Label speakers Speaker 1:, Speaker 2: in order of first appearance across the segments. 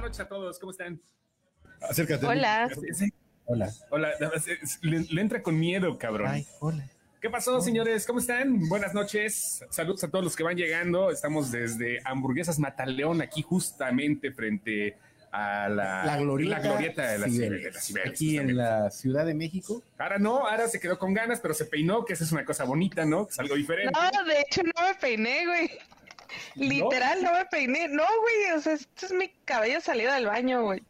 Speaker 1: noches a todos, ¿cómo están?
Speaker 2: Acércate.
Speaker 3: Hola.
Speaker 2: Hola.
Speaker 1: Hola, nada más, es- le, le entra con miedo, cabrón.
Speaker 2: Ay, hola.
Speaker 1: ¿Qué pasó, señores? ¿Cómo están? Buenas noches. Saludos a todos los que van llegando. Estamos desde Hamburguesas Mataleón, aquí justamente frente a la,
Speaker 2: La glorieta.
Speaker 1: Ah, la glorieta de las
Speaker 2: Cibeles.
Speaker 1: Cibeles, las Cibeles,
Speaker 2: Aquí en
Speaker 1: también.
Speaker 2: la Ciudad de México.
Speaker 1: Ahora no, ahora se quedó con ganas, pero se peinó, que esa es una cosa bonita, ¿no? Que es algo diferente.
Speaker 3: No, de hecho no me peiné, güey. Literal, no me peiné. No, güey, o sea, esto es mi cabello salido del baño, güey.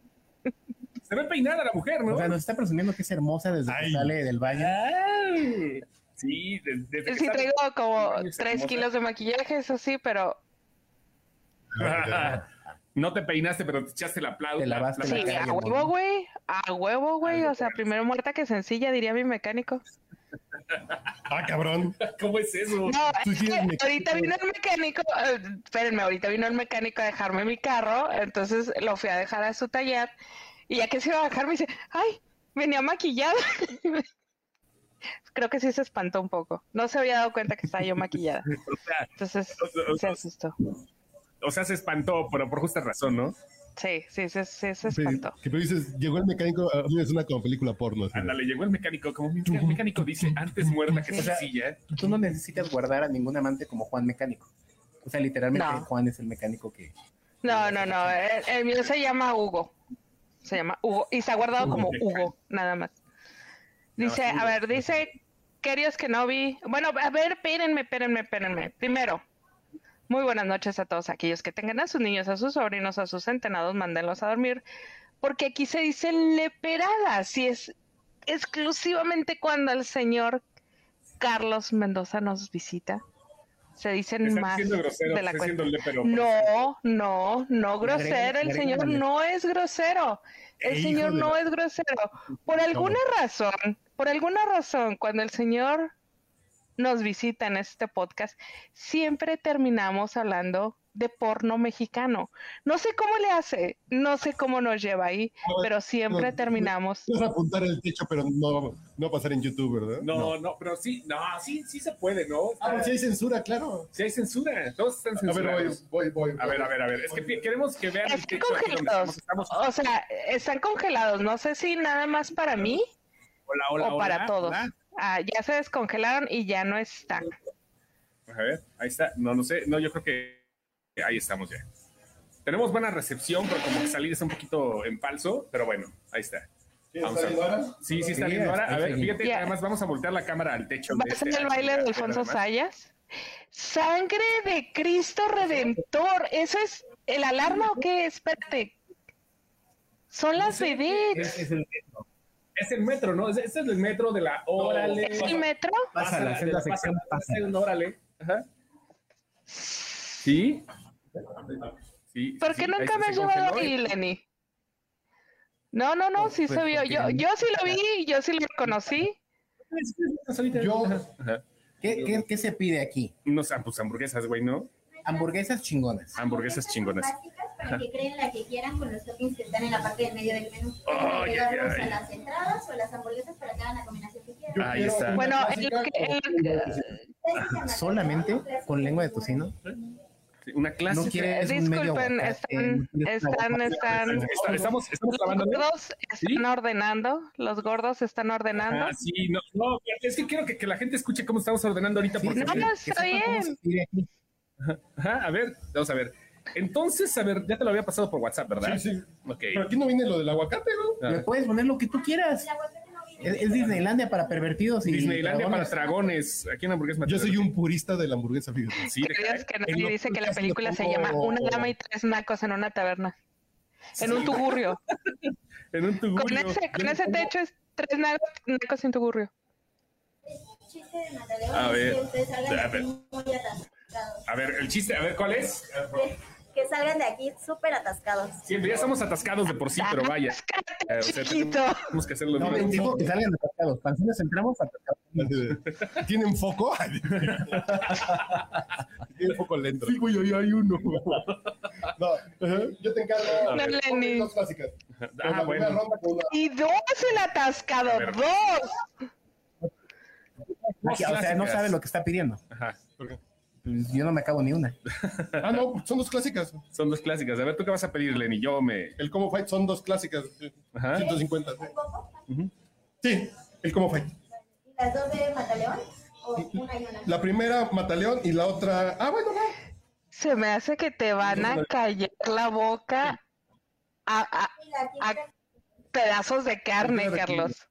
Speaker 1: Se ve peinada la mujer, ¿no?
Speaker 2: O sea, nos está presumiendo que es hermosa desde
Speaker 1: Ay. Ah.
Speaker 2: que sale del baño.
Speaker 1: Ay, sí, de- desde, que
Speaker 3: Sí
Speaker 1: está-
Speaker 3: traigo como
Speaker 1: Ay, está
Speaker 3: tres
Speaker 1: hermosa.
Speaker 3: kilos de maquillaje, eso sí, pero
Speaker 1: No te peinaste, pero te echaste la aplauso.
Speaker 2: Te lavaste
Speaker 3: sí,
Speaker 2: calle,
Speaker 3: a
Speaker 2: ¿no?
Speaker 3: huevo, güey. A huevo, güey.
Speaker 1: Algo
Speaker 3: O sea,
Speaker 1: por ahí.
Speaker 3: primero muerta que sencilla, diría mi mecánico.
Speaker 2: Ah, cabrón.
Speaker 1: ¿Cómo es eso?
Speaker 3: No,
Speaker 2: Tú
Speaker 3: es
Speaker 2: sí
Speaker 3: que
Speaker 2: eres mecánico.
Speaker 3: ahorita vino el mecánico, eh, espérenme, ahorita vino el mecánico a dejarme mi carro, entonces lo fui a dejar a su taller y ya que se iba a bajar me dice, ay, venía maquillada. Creo que sí se espantó un poco. No se había dado cuenta que estaba yo maquillada.
Speaker 1: O sea,
Speaker 3: Entonces
Speaker 1: o- o-
Speaker 3: se asustó.
Speaker 1: o sea, se espantó, pero por justa razón, ¿no?
Speaker 3: Sí, sí, sí, sí, se
Speaker 4: Sí,
Speaker 3: espantó.
Speaker 4: Que pero dices, llegó el mecánico, ah, es una como película porno. así.
Speaker 1: Ándale, llegó el mecánico, como mi- el mecánico dice, antes muerta que ¿eh?
Speaker 2: O sea,
Speaker 1: sencilla.
Speaker 2: Tú no necesitas guardar a ningún amante como Juan Mecánico. O sea, literalmente
Speaker 3: No.
Speaker 2: Juan es el mecánico que.
Speaker 3: No, no, no, el, el mío se llama Hugo. Se llama Hugo y se ha guardado como Hugo, nada más. Dice, a ver, dice queridos que no vi. Bueno, a ver, espérenme, espérenme, espérenme. Primero, muy buenas noches a todos aquellos que tengan a sus niños, a sus sobrinos, a sus centenados, mándenlos a dormir, porque aquí se dice leperada, si es exclusivamente cuando el señor Carlos Mendoza nos visita. Se dicen
Speaker 1: Está
Speaker 3: más
Speaker 1: siendo grosero,
Speaker 3: de la
Speaker 1: está
Speaker 3: cuenta.
Speaker 1: siendo lepero. pues,
Speaker 3: No, no, no grosero. El
Speaker 2: agrégale
Speaker 3: señor
Speaker 2: una-
Speaker 3: no es grosero. El
Speaker 2: Eh, hijo
Speaker 3: señor
Speaker 2: de
Speaker 3: no
Speaker 2: la-
Speaker 3: es grosero. Por alguna razón, por alguna razón, cuando el señor nos visita en este podcast, siempre terminamos hablando de porno mexicano. No sé cómo le hace, no sé cómo nos lleva ahí,
Speaker 1: Pues,
Speaker 3: pero siempre
Speaker 4: no,
Speaker 3: terminamos.
Speaker 4: Vas a "Ah, apuntar el techo, pero no, no va a pasar en YouTube, ¿verdad?
Speaker 1: No, no, pero sí, no, sí, sí se puede, ¿no?
Speaker 4: Ah,
Speaker 1: Está-
Speaker 4: si hay censura, claro.
Speaker 1: Sí hay censura, todos están
Speaker 4: A ver, voy,
Speaker 1: censurados.
Speaker 4: voy, voy.
Speaker 1: A ver, a ver, a ver, es que pi- queremos que vean el
Speaker 3: Están
Speaker 1: techo aquí donde
Speaker 3: congelados.
Speaker 1: estamos, estamos-
Speaker 3: O sea, están congelados. No sé si nada más para mí
Speaker 1: Hola, hola,
Speaker 3: o para
Speaker 1: hola,
Speaker 3: todos.
Speaker 1: hola.
Speaker 3: Ah, ya se descongelaron y ya no están.
Speaker 1: A ver, ahí está. No, no sé. No, yo creo que ahí estamos ya. Tenemos buena recepción, pero como que salir está un poquito en falso, pero bueno, ahí está. Vamos a ver. Sí, sí está
Speaker 2: Sí,
Speaker 1: lindo ahora. A
Speaker 2: ahí
Speaker 1: ver,
Speaker 2: seguimos.
Speaker 1: fíjate,
Speaker 3: Ya.
Speaker 1: además vamos a voltear la cámara al techo.
Speaker 3: Va
Speaker 1: de
Speaker 3: a ser
Speaker 1: este
Speaker 3: el baile
Speaker 1: árbol,
Speaker 3: de
Speaker 1: pero
Speaker 3: Alfonso
Speaker 1: además-
Speaker 3: Sayas. Sangre de Cristo Redentor. ¿Eso es el alarma o qué? Espérate. Son
Speaker 2: Es,
Speaker 3: las vedettes.
Speaker 2: es el
Speaker 1: Es el metro, ¿no? Es- Este es el metro de la Órale.
Speaker 3: ¿Es el metro?
Speaker 2: Pásala, es la
Speaker 1: de-
Speaker 2: sección,
Speaker 1: pásala,
Speaker 2: pásala.
Speaker 1: es un Órale. Ajá. Sí. Sí.
Speaker 3: ¿Por
Speaker 1: sí,
Speaker 3: qué
Speaker 1: ahí
Speaker 3: nunca
Speaker 1: se-
Speaker 3: me
Speaker 1: se
Speaker 3: has llevado
Speaker 1: congeló. ¿eh?
Speaker 3: ahí, Lenny? No, no, no,
Speaker 2: Pues,
Speaker 3: sí se
Speaker 2: pues,
Speaker 3: vio.
Speaker 2: porque
Speaker 3: Yo,
Speaker 2: no.
Speaker 3: yo sí lo vi, yo sí lo reconocí.
Speaker 4: Yo-
Speaker 1: Ajá.
Speaker 2: ¿Qué, qué, qué se pide aquí?
Speaker 1: Unos ah, pues, hamburguesas, güey, ¿no?
Speaker 2: Hamburguesas chingonas.
Speaker 1: Hamburguesas chingonas.
Speaker 5: temáticas Para que creen la que quieran con los toppings que están en la parte del medio del menú.
Speaker 1: Ay, ay,
Speaker 5: Agregarlos
Speaker 1: ay.
Speaker 5: a las entradas o a las hamburguesas para que hagan la combinación que quieran.
Speaker 1: Ahí está.
Speaker 3: Bueno, en lo que- en lo que-
Speaker 5: Clásica
Speaker 2: Solamente
Speaker 5: macarrón, clásica
Speaker 2: con lengua de
Speaker 5: carbonara.
Speaker 2: tocino.
Speaker 1: Sí, Una clase.
Speaker 2: No quieres un medio
Speaker 3: disculpen,
Speaker 2: aguacate,
Speaker 3: están,
Speaker 2: no quieres una
Speaker 3: están,
Speaker 2: guapa-
Speaker 3: están.
Speaker 1: Está- estamos, estamos
Speaker 3: Los
Speaker 1: grabando.
Speaker 3: gordos
Speaker 1: ¿Sí?
Speaker 3: están ordenando. Los gordos están ordenando.
Speaker 1: Ah, sí, no, no, es que quiero que, que la gente escuche cómo estamos ordenando ahorita.
Speaker 2: Sí,
Speaker 1: Porque,
Speaker 3: No, no,
Speaker 2: que
Speaker 3: está
Speaker 2: sepan cómo
Speaker 3: bien.
Speaker 2: se pide aquí.
Speaker 1: Ajá, a ver, vamos a ver. Entonces, a ver, ya te lo había pasado por WhatsApp, ¿verdad?
Speaker 4: Sí, sí.
Speaker 1: Ok.
Speaker 4: Pero aquí no viene lo del aguacate, ¿no?
Speaker 2: Le
Speaker 1: Ah.
Speaker 2: puedes poner lo que tú quieras.
Speaker 5: El aguacate no viene.
Speaker 2: Es, es Disneylandia para pervertidos y
Speaker 1: Disneylandia para
Speaker 2: dragones.
Speaker 1: dragones. Aquí en hamburguesa.
Speaker 4: Yo soy un purista de la hamburguesa, fíjate.
Speaker 1: Sí, de-
Speaker 3: Queridos que
Speaker 4: en
Speaker 3: nadie
Speaker 4: los
Speaker 3: dice que la
Speaker 4: podcasts
Speaker 3: película
Speaker 4: lo
Speaker 3: se llama
Speaker 4: pongo-
Speaker 3: Una dama y tres nacos en una taberna. En un tugurrio.
Speaker 1: en un tugurio.
Speaker 3: Con ese, con ese techo es tres na- nacos en tugurrio.
Speaker 5: Chiste de Mataleón
Speaker 1: A
Speaker 5: es
Speaker 1: ver,
Speaker 5: que ustedes salgan
Speaker 1: a
Speaker 5: de
Speaker 1: ver.
Speaker 5: aquí muy atascados.
Speaker 1: A ver, el chiste, a ver, ¿cuál es?
Speaker 5: Que- Que salgan de aquí súper atascados.
Speaker 1: Siempre ya estamos atascados de por sí, pero vaya.
Speaker 3: Cáscate,
Speaker 1: Eh, o sea,
Speaker 3: chiquito.
Speaker 1: Tenemos que hacerlo
Speaker 2: No,
Speaker 1: bien.
Speaker 2: Pues, dijo que salgan atacados. Cuando nos entramos atacados.
Speaker 4: Así de, ¿Tienen foco?
Speaker 1: un poco lento.
Speaker 4: Sí, güey, ahí hay uno. No, ajá, yo te encargo
Speaker 3: No, Lenny.
Speaker 4: dos clásicas. Con
Speaker 1: Ah,
Speaker 4: la primera
Speaker 1: bueno.
Speaker 4: ronda con una-
Speaker 3: Y dos el atascado,
Speaker 1: A ver.
Speaker 3: dos.
Speaker 2: Aquí, o sea, no
Speaker 1: clásicas.
Speaker 2: sabe lo que está pidiendo.
Speaker 1: Ajá.
Speaker 2: Pues yo no me acabo ni una.
Speaker 4: Ah, no, son dos clásicas.
Speaker 1: Son dos clásicas. A ver, ¿tú qué vas a pedir, Lenny? Yo me...
Speaker 4: El Como Fight son dos clásicas.
Speaker 1: Ajá.
Speaker 4: 150.
Speaker 5: ¿Un poco?
Speaker 4: Sí, el Como Fight.
Speaker 5: ¿Y las dos de Mataleón? ¿O una y una?
Speaker 4: La primera, Mataleón, y la otra. Ah, bueno, va.
Speaker 3: Se me hace que te van a callar la boca a, a
Speaker 5: Y la tienda
Speaker 3: pedazos de carne, Carlos.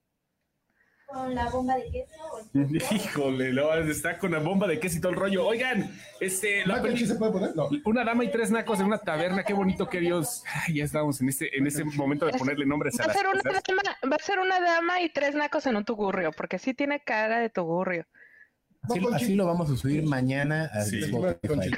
Speaker 5: con la bomba de queso. o el-
Speaker 1: Híjole, no, está con la bomba de queso y todo el rollo. Oigan, este, la
Speaker 4: ¿La
Speaker 1: peli-
Speaker 4: peluche se puede poner? No.
Speaker 1: Una dama y tres nacos en una taberna, qué bonito que Dios. Ay, ya estamos en este, en este momento de ponerle nombres a
Speaker 3: Va a,
Speaker 1: las
Speaker 3: ser una
Speaker 1: cosas.
Speaker 3: dama, va a ser una dama y tres nacos en un tugurrio, porque sí tiene cara de tugurrio.
Speaker 2: Así, así lo vamos a subir mañana a
Speaker 1: Sí.
Speaker 2: Spotify.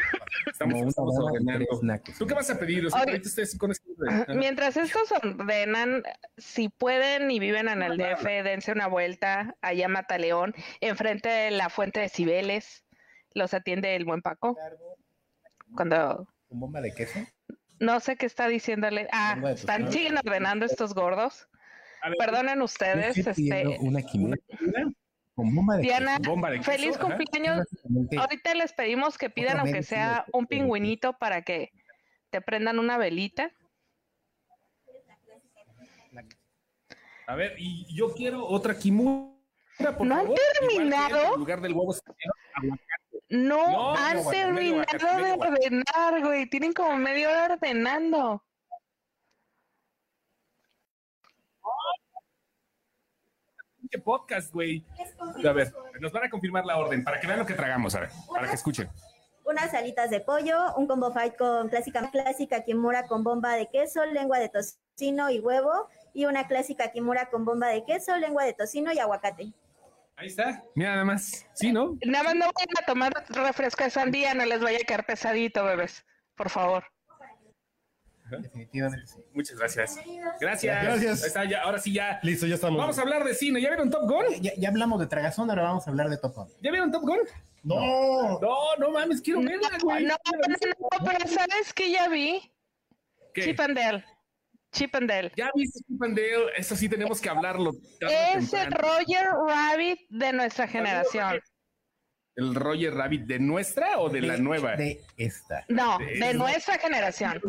Speaker 1: Estamos,
Speaker 2: Como una
Speaker 1: estamos
Speaker 2: dama y
Speaker 1: ordenando.
Speaker 2: tres nacos.
Speaker 1: ¿Tú qué vas a pedir? O sea,
Speaker 3: Oye. ah,
Speaker 1: ahorita estoy así con este- Ajá.
Speaker 3: Mientras estos ordenan, si pueden y viven en el DF, dense una vuelta allá a Mataleón, enfrente de la fuente de Cibeles, los atiende el buen Paco. Cuando
Speaker 2: ¿Con bomba de queso?
Speaker 3: no sé qué está diciéndole, ah,
Speaker 2: Bueno, pues,
Speaker 3: están
Speaker 2: ¿no?
Speaker 3: siguen ordenando estos gordos.
Speaker 1: A ver,
Speaker 3: Perdonen
Speaker 2: Yo
Speaker 3: ustedes,
Speaker 2: estoy pidiendo
Speaker 3: este,
Speaker 2: una quimera con bomba de
Speaker 3: Diana,
Speaker 1: Bomba de queso. ¿eh?
Speaker 3: feliz
Speaker 1: ajá.
Speaker 3: cumpleaños.
Speaker 2: Básicamente,
Speaker 3: Ahorita les pedimos que pidan,
Speaker 2: Otra
Speaker 3: aunque
Speaker 2: vez, sí,
Speaker 3: sea
Speaker 2: este,
Speaker 3: un
Speaker 2: pero sí.
Speaker 3: pingüinito, para que te prendan una velita.
Speaker 1: A ver, y yo quiero otra kimura, por
Speaker 3: ¿No han
Speaker 1: favor. Igual que
Speaker 3: terminado?
Speaker 1: En lugar del huevo, se quiero aguacate.
Speaker 3: No,
Speaker 1: No,
Speaker 3: han
Speaker 1: no, bueno, medio
Speaker 3: terminado
Speaker 1: vaca-
Speaker 3: de
Speaker 1: medio vaca.
Speaker 3: ordenar, güey. Tienen como media hora ordenando.
Speaker 1: Pinche podcast, güey.
Speaker 5: Les confirmo
Speaker 1: A ver,
Speaker 5: su-
Speaker 1: nos van a confirmar la orden para que vean lo que tragamos, a ver, para que escuchen.
Speaker 5: Unas alitas de pollo, un combo fight con clásica, clásica kimura con bomba de queso, lengua de tocino y huevo. Y una clásica kimura con bomba de queso, lengua de tocino y aguacate.
Speaker 1: Ahí está. Mira nada más. Sí, ¿no?
Speaker 3: Nada más no vayan a tomar refresco de sandía, no les vaya a quedar pesadito, bebés. Por favor.
Speaker 2: Definitivamente sí.
Speaker 1: Muchas gracias. Gracias.
Speaker 4: Gracias.
Speaker 1: Ahí está, ya, ahora sí ya.
Speaker 4: Listo, ya estamos.
Speaker 1: Vamos a hablar de cine. ¿Ya vieron Top Gun?
Speaker 2: Ya, ya hablamos de tragazón, ahora vamos a hablar de Top Gun.
Speaker 1: ¿Ya vieron Top Gun?
Speaker 4: No.
Speaker 1: No, no mames, quiero
Speaker 3: No,
Speaker 1: verla, güey.
Speaker 3: no, no, pero ¿sabes que ya vi?
Speaker 1: ¿Qué?
Speaker 3: Chip and Dale. Chip and Dale.
Speaker 1: Ya viste Chip and Dale? Eso sí tenemos que hablarlo. tarde o
Speaker 3: Es el
Speaker 1: temprano.
Speaker 3: Roger Rabbit de nuestra generación.
Speaker 1: ¿El Roger Rabbit de nuestra o de la nueva?
Speaker 2: De esta.
Speaker 3: No,
Speaker 1: de-
Speaker 3: de nuestra generación.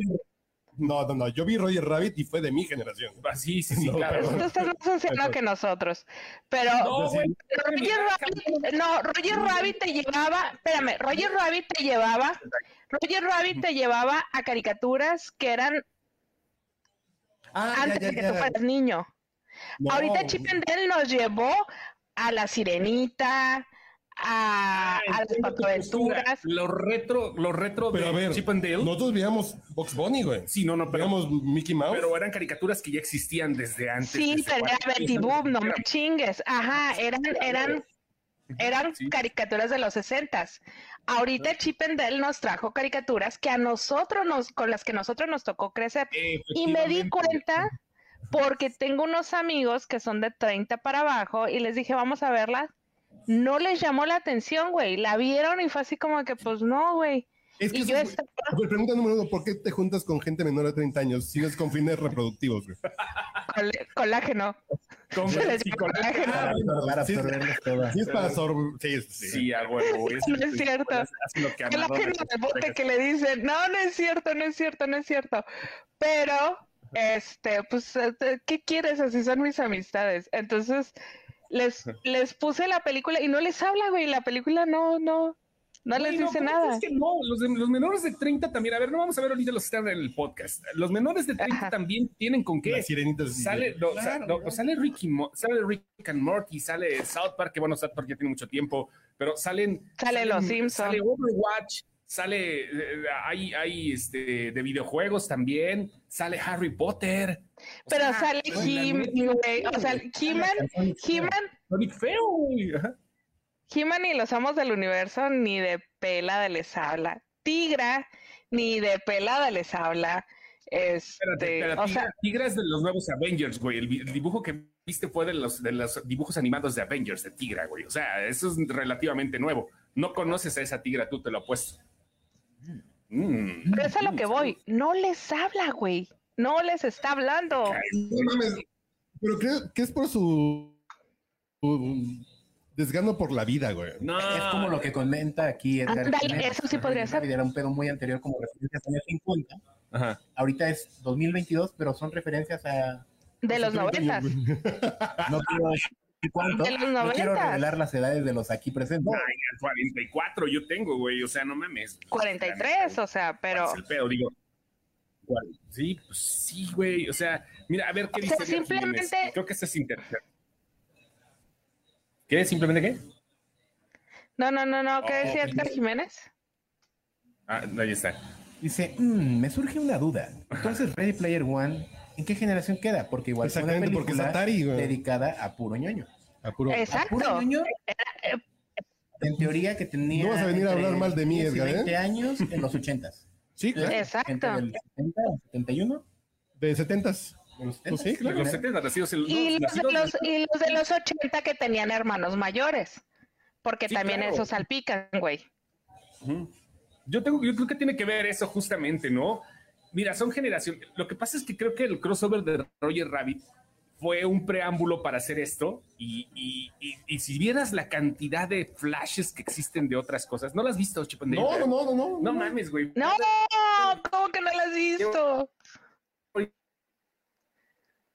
Speaker 4: No, no, no. Yo vi Roger Rabbit y fue de mi generación.
Speaker 1: Ah, sí, sí, sí,
Speaker 4: No,
Speaker 1: claro.
Speaker 4: perdón.
Speaker 3: Tú estás más anciano que nosotros. Pero
Speaker 1: No, güey.
Speaker 3: Roger Rabbit, eh, no, Roger Rabbit te llevaba, espérame, Roger Rabbit te llevaba, Roger Rabbit te llevaba a caricaturas que eran
Speaker 4: Ah,
Speaker 3: antes de que tú fueras niño.
Speaker 4: No.
Speaker 3: Ahorita Chip and Dale nos llevó a la sirenita,
Speaker 1: Ah,
Speaker 3: a, a las papaventuras.
Speaker 1: Los retro, los retro
Speaker 4: Pero a
Speaker 1: de
Speaker 4: ver,
Speaker 1: Chip and Dale.
Speaker 4: nosotros veíamos Box Bunny, güey.
Speaker 1: Sí, no, no, pero,
Speaker 4: Veíamos Mickey Mouse.
Speaker 1: pero eran caricaturas que ya existían desde antes.
Speaker 3: Sí,
Speaker 1: desde
Speaker 3: pero era
Speaker 1: cuando-
Speaker 3: Betty Boop, no me chingues. Ajá, eran, eran, eran
Speaker 1: Sí.
Speaker 3: caricaturas de los sesentas. Ahorita Chip and Dale nos trajo caricaturas que a nosotros nos, con las que nosotros nos tocó crecer. Y me di
Speaker 1: Efectivamente.
Speaker 3: cuenta porque tengo unos amigos que son de 30 para abajo y les dije, vamos a verla. No les llamó la atención, güey. La vieron y fue así como que, pues no, güey.
Speaker 4: Es que
Speaker 3: Y
Speaker 4: eso
Speaker 3: yo
Speaker 4: es-
Speaker 3: estaba,
Speaker 4: A ver, pregunta número uno, ¿por qué te juntas con gente menor a 30 años si no es con fines reproductivos?
Speaker 2: Ah,
Speaker 4: güey?
Speaker 3: col-
Speaker 1: Ah,
Speaker 3: colágeno.
Speaker 1: Con-
Speaker 3: Se les
Speaker 1: sí,
Speaker 3: dio
Speaker 1: con-
Speaker 3: colágeno.
Speaker 1: Ah,
Speaker 2: Para, para
Speaker 4: sí,
Speaker 2: absorberles todas.
Speaker 4: Sí, es para absorber. Sí, es- sí.
Speaker 1: Sí, a huevo, güey.
Speaker 3: No es cierto.
Speaker 1: Hacen lo que a
Speaker 3: Colágeno
Speaker 1: Madonna
Speaker 3: de
Speaker 1: les
Speaker 3: bote
Speaker 1: deja.
Speaker 3: que le dicen, no, no es cierto, no es cierto, no es cierto. Pero, este, pues, este, ¿qué quieres? Así son mis amistades. Entonces, les, les puse la película y no les habla, güey. La película no, no, no les
Speaker 1: Güey, no,
Speaker 3: dice
Speaker 1: ¿cómo
Speaker 3: nada.
Speaker 1: crees que no, los, de- los menores de 30 también. A ver, no vamos a ver ahorita los que están en el podcast. Los menores de 30
Speaker 3: Ajá.
Speaker 1: también tienen con qué.
Speaker 4: Las sirenitas.
Speaker 1: Sale, no, sa- no, sale, Ricky Mo- sale Rick and Morty, sale South Park, que bueno, South Park ya tiene mucho tiempo, pero salen.
Speaker 3: Sale
Speaker 1: salen-
Speaker 3: Los Simpson.
Speaker 1: Sale Overwatch, sale. eh, hay hay este, de videojuegos también, sale Harry Potter. O
Speaker 3: Pero
Speaker 1: sea,
Speaker 3: sale
Speaker 1: güey, la
Speaker 3: He-Man,
Speaker 1: neta,
Speaker 3: güey. O sea, He-Man, He-Man,
Speaker 1: Sonic feo, güey. Ajá.
Speaker 3: He-Man y los amos del universo ni de pelada les habla. Tigra, ni de pelada les habla.
Speaker 1: Espérate,
Speaker 3: Este,
Speaker 1: espérate,
Speaker 3: o
Speaker 1: Tigra-
Speaker 3: sea,
Speaker 1: Tigra es de los nuevos Avengers, güey. El, vi- el dibujo que viste fue de los, de los dibujos animados de Avengers, de Tigra, güey. O sea, eso es relativamente nuevo. No conoces a esa Tigra, tú te lo apuesto. Mm.
Speaker 3: Pero es a lo que voy. No les habla, güey. No les está hablando.
Speaker 4: No mames, Pero creo que es por su. su- Desgano por la vida, güey.
Speaker 1: No,
Speaker 2: Es como lo que comenta aquí Edgar.
Speaker 3: Ándale,
Speaker 2: Jiménez.
Speaker 3: eso sí podría ser.
Speaker 2: Era un pedo muy anterior como referencias a años 50.
Speaker 1: Ajá.
Speaker 2: Ahorita es 2022, pero son referencias a...
Speaker 3: De los noventas.
Speaker 2: No quiero decir cuánto.
Speaker 3: De los
Speaker 2: No quiero
Speaker 3: 90.
Speaker 2: revelar las edades de los aquí presentes.
Speaker 1: Ay, al 44 yo tengo, güey. O sea, no mames.
Speaker 3: 43, o sea, pero...
Speaker 1: Es el pedo, digo. ¿cuál? Sí, pues sí, güey. O sea, mira, a ver qué
Speaker 3: O sea,
Speaker 1: dice. Edgar Jiménez?
Speaker 3: simplemente-
Speaker 1: Creo que este es interesante. ¿Qué? ¿Simplemente qué?
Speaker 3: No, no, no, no, ¿qué
Speaker 1: Oh,
Speaker 3: decía Edgar
Speaker 1: mira.
Speaker 3: Jiménez?
Speaker 1: Ah, ahí está.
Speaker 2: Dice, "Mm, me surge una duda. Entonces, Ready Player One, ¿en qué generación queda? Porque igual fue una
Speaker 4: Exactamente, porque es
Speaker 2: película
Speaker 4: Atari, güey.
Speaker 2: dedicada a puro ñoño.
Speaker 4: A puro-
Speaker 2: A puro
Speaker 3: Exacto. eh,
Speaker 2: ñoño, en teoría que tenía...
Speaker 4: No vas a venir a
Speaker 2: entre
Speaker 4: hablar mal de mí,
Speaker 2: 10 y
Speaker 4: Edgar, ¿eh?
Speaker 2: 20 años en los 80s.
Speaker 4: Sí, claro.
Speaker 2: Gente
Speaker 3: Exacto.
Speaker 2: del 70, 71.
Speaker 4: De 70s. Pues sí,
Speaker 1: Los
Speaker 4: claro.
Speaker 1: Los 70 nacidos en
Speaker 3: Y los, de
Speaker 1: nacidos-
Speaker 3: los, y los de los 80 que tenían hermanos mayores. Porque
Speaker 1: Sí,
Speaker 3: también
Speaker 1: claro.
Speaker 3: esos salpican, güey.
Speaker 1: Ujú. Yo, tengo, yo creo que tiene que ver eso justamente, ¿no? Mira, son generación. Lo que pasa es que creo que el crossover de Roger Rabbit fue un preámbulo para hacer esto. Y, y- y- y si vieras la cantidad de flashes que existen de otras cosas, ¿no las has visto, Chip and Dale?
Speaker 4: No, no, no, no, no.
Speaker 1: No mames, güey.
Speaker 3: No, ¿cómo que no las has visto?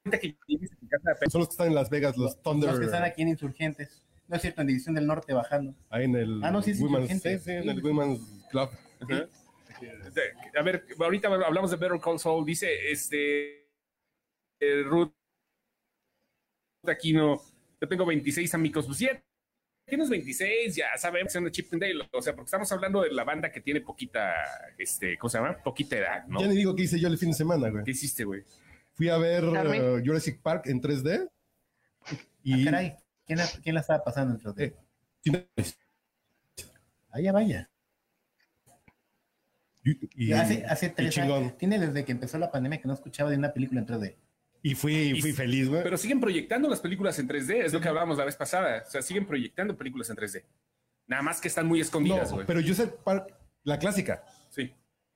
Speaker 1: Ahorita que llegues a tu casa, apenas-
Speaker 4: Son los que están en Las Vegas, los Thunder.
Speaker 2: Los que están aquí en Insurgentes. No es cierto, en División del Norte bajando.
Speaker 4: Ahí en el
Speaker 2: Ah, no, sí, sí,
Speaker 4: Women's,
Speaker 2: gente.
Speaker 4: sí, sí, en el Women's Club.
Speaker 1: Ajá. A ver, ahorita hablamos de Better Call Saul. Dice este eh, Ruth Aquino. Yo tengo 26 amigos. Pues ya tienes 26, ya sabemos, siendo Chip and Dale. O sea, porque estamos hablando de la banda que tiene poquita, este, ¿cómo se llama? Poquita edad, ¿no?
Speaker 4: Ya ni digo qué hice yo el fin de semana, güey.
Speaker 1: ¿Qué hiciste, güey?
Speaker 4: Fui a ver
Speaker 3: Carmen.
Speaker 4: eh, Jurassic Park en 3D.
Speaker 2: Ah,
Speaker 4: Y
Speaker 2: caray, ¿quién la, quién la estaba pasando dentro de?
Speaker 4: Eh. Cinépolis.
Speaker 2: Vaya, vaya.
Speaker 4: Y, y-
Speaker 2: hace, hace
Speaker 4: y
Speaker 2: tres años.
Speaker 4: chingón.
Speaker 2: Tiene desde que empezó la pandemia que no escuchaba de una película en 3D.
Speaker 4: Y fui, fui feliz, güey.
Speaker 1: Pero siguen proyectando las películas en 3D, es lo que hablábamos la vez pasada. O sea, siguen proyectando películas en 3D. Nada más que están muy escondidas,
Speaker 4: No,
Speaker 1: güey.
Speaker 4: pero Jurassic Park, la clásica.
Speaker 1: Sí.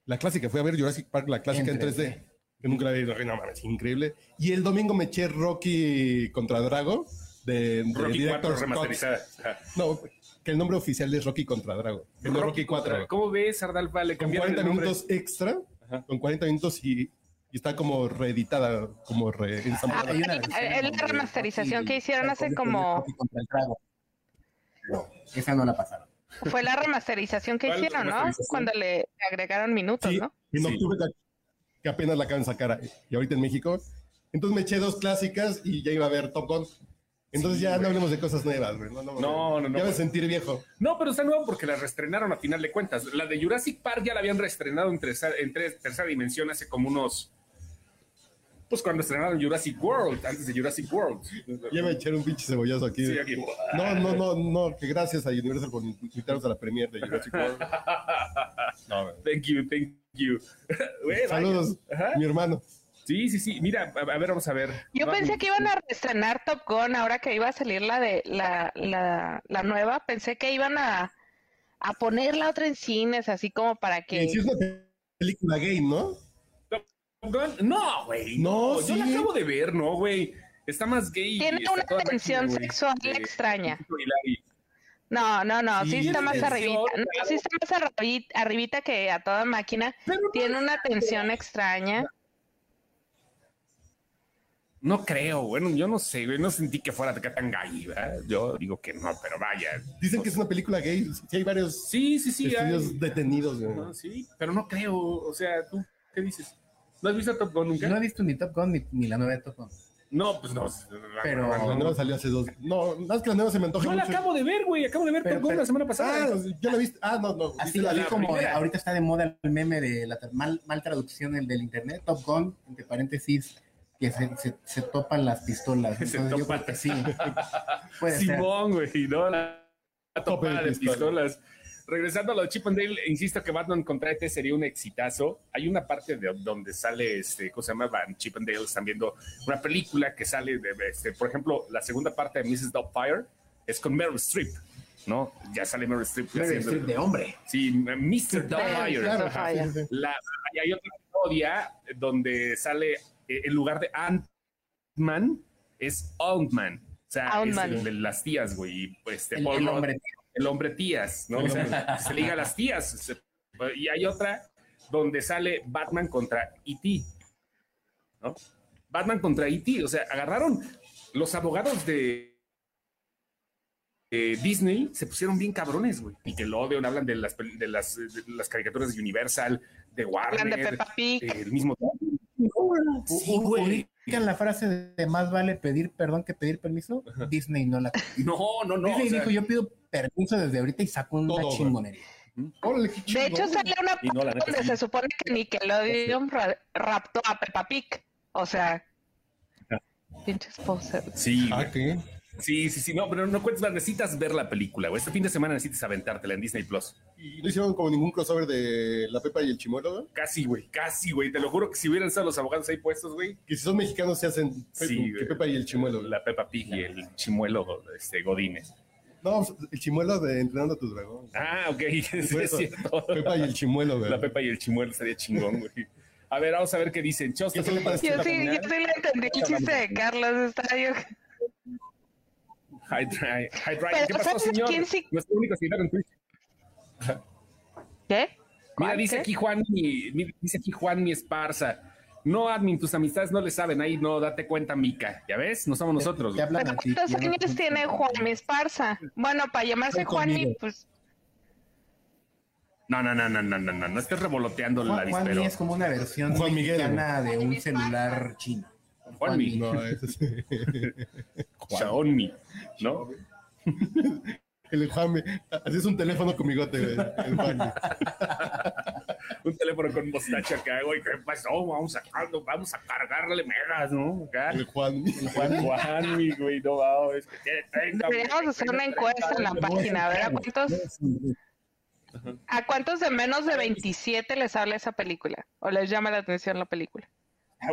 Speaker 4: La clásica, fui a ver Jurassic Park, la clásica en
Speaker 2: En
Speaker 4: 3D.
Speaker 2: 3D.
Speaker 4: Que nunca la había visto, no mames, increíble. Y el domingo me eché Rocky contra Drago de, de
Speaker 1: Rocky 4
Speaker 4: Director's Cut.
Speaker 1: remasterizada. Ajá.
Speaker 4: No, que el nombre oficial es Rocky contra Drago. El de Rocky 4. güey.
Speaker 1: ¿Cómo ves, Ardal? Vale,
Speaker 4: Con
Speaker 1: cambiaron
Speaker 4: 40
Speaker 1: el nombre.
Speaker 4: minutos extra,
Speaker 1: Ajá.
Speaker 4: con 40 minutos y, y está como reeditada, como
Speaker 2: Ah,
Speaker 4: reensamblada.
Speaker 2: hay una
Speaker 3: Es la
Speaker 2: versión donde
Speaker 3: remasterización
Speaker 2: Rocky-
Speaker 3: que hicieron hace
Speaker 2: Rocky
Speaker 3: como-
Speaker 2: Rocky contra el trago. No, esa no la pasaron.
Speaker 3: Fue la remasterización que
Speaker 1: ¿Cuál
Speaker 3: hicieron, ¿no?
Speaker 1: remasterización?
Speaker 3: Cuando le agregaron minutos,
Speaker 4: Sí,
Speaker 3: ¿no?
Speaker 4: en
Speaker 1: Sí.
Speaker 4: octubre que- que apenas la acaban de sacar y ahorita en México. Entonces me eché dos clásicas y ya iba a ver Top Gun. Entonces ya no hablemos de cosas nuevas, güey. No, no,
Speaker 1: No, no, pues. no.
Speaker 4: Ya me sentir viejo.
Speaker 1: No, pero está nuevo porque la reestrenaron a final de cuentas. La de Jurassic Park ya la habían reestrenado en, tercera- en tres- tercera dimensión hace como unos. Pues cuando estrenaron Jurassic World, antes de Jurassic World.
Speaker 4: Ya me echaron un pinche cebollazo aquí.
Speaker 1: Sí, aquí.
Speaker 4: No, no, no, no, que gracias a Universal por invitarnos a la premier de Jurassic World. No, güey.
Speaker 1: Thank you, thank you. Güey, Eh, vaya.
Speaker 4: Saludos,
Speaker 1: Ajá.
Speaker 4: mi hermano.
Speaker 1: Sí, sí, sí. Mira, a, a ver, vamos a ver.
Speaker 3: Yo
Speaker 1: Vamos.
Speaker 3: pensé que iban a reestrenar Top Gun ahora que iba a salir la de la, la, la nueva. Pensé que iban a, a ponerla otra en cines, así como para que.
Speaker 4: Y si es una película gay, ¿no?
Speaker 1: No, güey. No,
Speaker 4: No,
Speaker 1: yo la
Speaker 4: sí.
Speaker 1: acabo de ver, no, güey. Está más gay. y
Speaker 3: Tiene
Speaker 1: está
Speaker 3: una
Speaker 1: toda máquina,
Speaker 3: tensión
Speaker 1: güey,
Speaker 3: sexual
Speaker 1: de-
Speaker 3: extraña.
Speaker 1: y Larry.
Speaker 3: No, no, no, sí
Speaker 4: Sí,
Speaker 3: está
Speaker 4: es
Speaker 3: más
Speaker 4: tensión,
Speaker 3: arribita. No, sí está más arrabi- arribita que a toda máquina.
Speaker 1: Pero no
Speaker 3: Tiene una tensión extraña.
Speaker 1: No creo, bueno, yo no sé, güey, no sentí que fuera acá tan gay, ¿verdad? Yo digo que no, pero vaya.
Speaker 4: Dicen que es una película gay. Sí, hay varios
Speaker 1: Sí, sí,
Speaker 2: Este
Speaker 1: sí. hay-
Speaker 4: estudios detenidos, güey.
Speaker 1: No, sí, pero no creo, o sea, ¿tú qué dices? ¿No has visto Top Gun nunca?
Speaker 2: No he visto ni Top Gun ni, ni la nueva de Top Gun.
Speaker 1: No, pues no.
Speaker 2: Pero-
Speaker 1: no,
Speaker 4: La
Speaker 1: no,
Speaker 4: nueva salió hace dos. No, más que la nueva se me antoja
Speaker 1: Yo la
Speaker 4: mucho.
Speaker 1: acabo de ver, güey, acabo de ver
Speaker 2: Pero-
Speaker 1: Top Gun la
Speaker 2: pero-
Speaker 1: semana
Speaker 4: Ah,
Speaker 1: pasada.
Speaker 4: ya la viste. Ah, no, no.
Speaker 2: Así,
Speaker 4: viste la-
Speaker 2: así
Speaker 1: la
Speaker 2: como
Speaker 1: primera.
Speaker 2: ahorita está de moda el meme de la tra- mal, mal traducción el del internet, Top Gun, entre paréntesis, que se, se- se topan las pistolas.
Speaker 1: Se
Speaker 2: Entonces yo
Speaker 1: topan.
Speaker 2: creo que sí. Puede ser.
Speaker 1: Simón, güey, no, la, la
Speaker 4: Tope de
Speaker 1: topada de
Speaker 4: pistola.
Speaker 1: pistolas. Regresando a lo de Chip and Dale, insisto que Batman contra ET sería un exitazo. Hay una parte de donde sale, este, ¿cómo se llama? Van Chip and Dale están viendo una película que sale de, este, por ejemplo, la segunda parte de Mrs. Doubtfire es con Meryl Streep, ¿no? Ya sale Meryl Streep.
Speaker 2: Meryl
Speaker 1: haciendo-
Speaker 2: Streep de hombre.
Speaker 1: Sí, Mr. Doubtfire.
Speaker 4: Claro,
Speaker 1: Ajá.
Speaker 4: sí, sí, sí.
Speaker 1: La, y hay otra historia donde sale, eh, en lugar de Ant-Man, es Old Man. sea,
Speaker 3: Aún
Speaker 1: es
Speaker 3: mal.
Speaker 1: el de las tías, güey. y, Este,
Speaker 2: El,
Speaker 1: Paul
Speaker 2: el
Speaker 1: Rudd,
Speaker 2: hombre
Speaker 1: el hombre tías, ¿no?
Speaker 4: El
Speaker 1: O sea,
Speaker 4: hombre.
Speaker 1: se liga a las tías. se- y hay otra donde sale Batman contra E.T., ¿no? Batman contra E.T., o sea, agarraron los abogados de, de Disney, se pusieron bien cabrones, güey. Nickelodeon, hablan de las, pel- de las, de las caricaturas de Universal, de
Speaker 3: Hablan de
Speaker 1: Warner,
Speaker 3: Peppa Pig.
Speaker 1: eh, el mismo... Sí,
Speaker 2: U- u-
Speaker 1: güey.
Speaker 2: ubican la frase de más vale pedir perdón que pedir permiso. Disney no la.
Speaker 1: No, no, no.
Speaker 2: Disney
Speaker 1: o sea,
Speaker 2: dijo: Yo pido permiso desde ahorita y saco una
Speaker 4: Todo, güey.
Speaker 2: chingonería.
Speaker 4: Órale, qué
Speaker 3: De
Speaker 4: chingón,
Speaker 3: hecho,
Speaker 4: güey.
Speaker 3: sale una
Speaker 1: Y no, la
Speaker 3: parte
Speaker 1: neta,
Speaker 3: donde
Speaker 1: sí.
Speaker 3: se supone que Nickelodeon ra- raptó a Peppa Pig. O sea, pinches posers.
Speaker 1: Sí, güey.
Speaker 4: Ah, ¿qué?
Speaker 1: sí, sí, sí, no, pero no cuentes, más, necesitas ver la película, güey. Este fin de semana necesitas aventártela en Disney Plus.
Speaker 4: Y no hicieron como ningún crossover de La Pepa y el Chimuelo, güey?
Speaker 1: Casi, güey, casi, güey. Te lo juro que si hubieran estado los abogados ahí puestos, güey.
Speaker 4: Que si son mexicanos se hacen Pe-
Speaker 1: Sí,
Speaker 4: que
Speaker 1: güey.
Speaker 4: Pepa y el Chimuelo. güey.
Speaker 1: La Peppa Pig y el chimuelo este, Godínez.
Speaker 4: No, pues, el Chimuelo de Entrenando a tu Dragón.
Speaker 1: Ah, ok, sí, es
Speaker 4: Por eso,
Speaker 1: cierto.
Speaker 4: Pepa y el Chimuelo, güey.
Speaker 1: La Pepa y el chimuelo estaría chingón, güey. A ver, vamos a ver qué dicen. Chos,
Speaker 4: ¿Qué se le parece?
Speaker 3: Yo sí, yo sí le entendí el chiste de Carlos. Está yo.
Speaker 1: Hi, Dry- Hi, Dry.
Speaker 3: Pero,
Speaker 1: ¿Qué pasó,
Speaker 3: ¿sabes
Speaker 1: señor?
Speaker 3: quién sí?
Speaker 1: Nuestro único seguidor en Twitch.
Speaker 3: ¿Qué?
Speaker 1: Mira,
Speaker 3: ¿Cuál?
Speaker 1: dice
Speaker 3: ¿Qué?
Speaker 1: aquí Juan, mi, mi- dice aquí Juan, mi esparza. No, admin, tus amistades no le saben. Ahí no, date cuenta, Mica. ¿Ya ves? No somos nosotros.
Speaker 2: Te
Speaker 1: güey.
Speaker 2: hablan
Speaker 3: ¿Pero
Speaker 2: a ti,
Speaker 3: ¿Cuántos
Speaker 2: ya no
Speaker 3: años
Speaker 2: te-
Speaker 3: tiene Juan Esparza? Bueno, para llamarse
Speaker 2: Ven
Speaker 3: Juan,
Speaker 2: conmigo.
Speaker 3: pues
Speaker 1: No, no, no, no, no, no, no. No estés revoloteando la
Speaker 2: Juan, Juan
Speaker 1: pero
Speaker 2: Mi es como una versión
Speaker 4: Juan Miguel,
Speaker 2: mexicana de un celular chino.
Speaker 1: Juan Mi.
Speaker 4: No, ese es
Speaker 1: Xiaomi, ¿no?
Speaker 4: el Juan. güey. Así es un teléfono con bigote, güey. El Juan, güey.
Speaker 1: Un teléfono con mostacha acá, güey. ¿Qué pasó? pues, Vamos a, ah, vamos a cargarle megas, ¿no? Acá.
Speaker 4: El Juan. güey.
Speaker 1: Juan, Juan, mi güey, no va, es que tiene 30, güey,
Speaker 3: deberíamos hacer una
Speaker 1: tiene
Speaker 3: encuesta en la
Speaker 1: 30,
Speaker 3: página. A ver, ¿a cuántos, ¿a cuántos de menos de 27 les habla esa película? ¿O les llama la atención la película?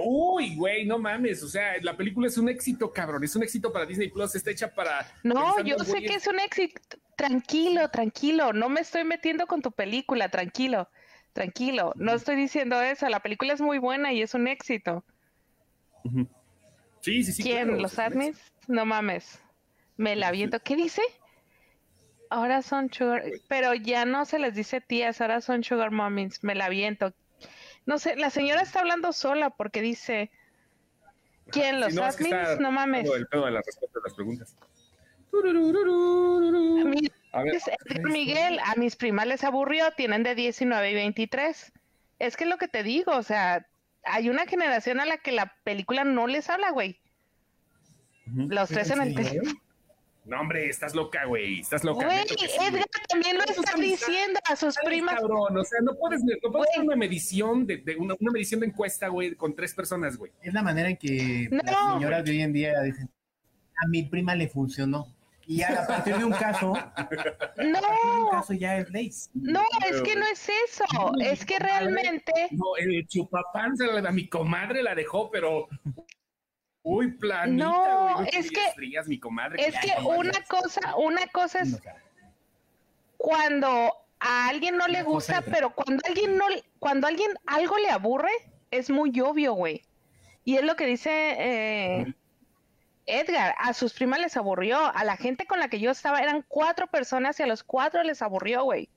Speaker 1: Uy, güey, no mames. O sea, la película es un éxito, cabrón. Es un éxito para Disney Plus. Está hecha para.
Speaker 3: No,
Speaker 1: pensando,
Speaker 3: yo sé
Speaker 1: güey,
Speaker 3: que es un éxito. Tranquilo, tranquilo. No me estoy metiendo con tu película. Tranquilo, tranquilo. No estoy diciendo eso. La película es muy buena y es un éxito.
Speaker 1: Sí, sí, sí.
Speaker 3: ¿Quién?
Speaker 1: claro,
Speaker 3: ¿Los
Speaker 1: es un éxito.
Speaker 3: admins? No mames. Me la viento. ¿Qué dice? Ahora son sugar. Pero ya no se les dice tías, ahora son sugar mommies. Me la viento. No sé, la señora está hablando sola porque dice. ¿Quién? ¿Los
Speaker 1: Sí, no, es que
Speaker 3: admins?
Speaker 1: está
Speaker 3: no mames.
Speaker 1: todo El pedo de las respuestas a las preguntas.
Speaker 3: A mí-
Speaker 1: A ver,
Speaker 3: Es Edgar Miguel, a mis primas les aburrió, tienen de 19 y 23. Es que es lo que te digo, o sea, hay una generación a la que la película no les habla, güey. Los tres en el teléfono.
Speaker 1: no, hombre, estás loca, güey. Estás loca.
Speaker 3: Güey,
Speaker 1: neta que sí, güey.
Speaker 3: Edgar también lo
Speaker 1: Esas
Speaker 3: está
Speaker 1: amistades,
Speaker 3: diciendo a sus
Speaker 1: Ay,
Speaker 3: primas.
Speaker 1: Cabrón, o sea, no puedes, no puedes
Speaker 3: Güey.
Speaker 1: hacer una medición de, de una, una medición de encuesta, güey, con tres personas, güey.
Speaker 2: Es la manera en que
Speaker 3: No.
Speaker 2: las señoras de hoy en día dicen: A mi prima le funcionó. Y ya a partir de un caso, a partir de un
Speaker 3: No,
Speaker 2: caso ya es ley.
Speaker 3: no, es que no es eso. Es que realmente
Speaker 1: No, el chupapanza la- a mi comadre la dejó, pero. Uy, planita,
Speaker 3: No,
Speaker 1: güey,
Speaker 3: es
Speaker 1: uy,
Speaker 3: que-
Speaker 1: frías, mi comadre.
Speaker 3: es que
Speaker 1: la comadre.
Speaker 3: una cosa, una cosa es
Speaker 2: O sea,
Speaker 3: cuando a alguien no le
Speaker 2: Una cosa
Speaker 3: gusta,
Speaker 2: es-
Speaker 3: pero cuando alguien no, cuando alguien algo le aburre, es muy obvio, güey. Y es lo que dice eh, Edgar, a sus primas les aburrió, a la gente con la que yo estaba eran cuatro personas y a los cuatro les aburrió, güey.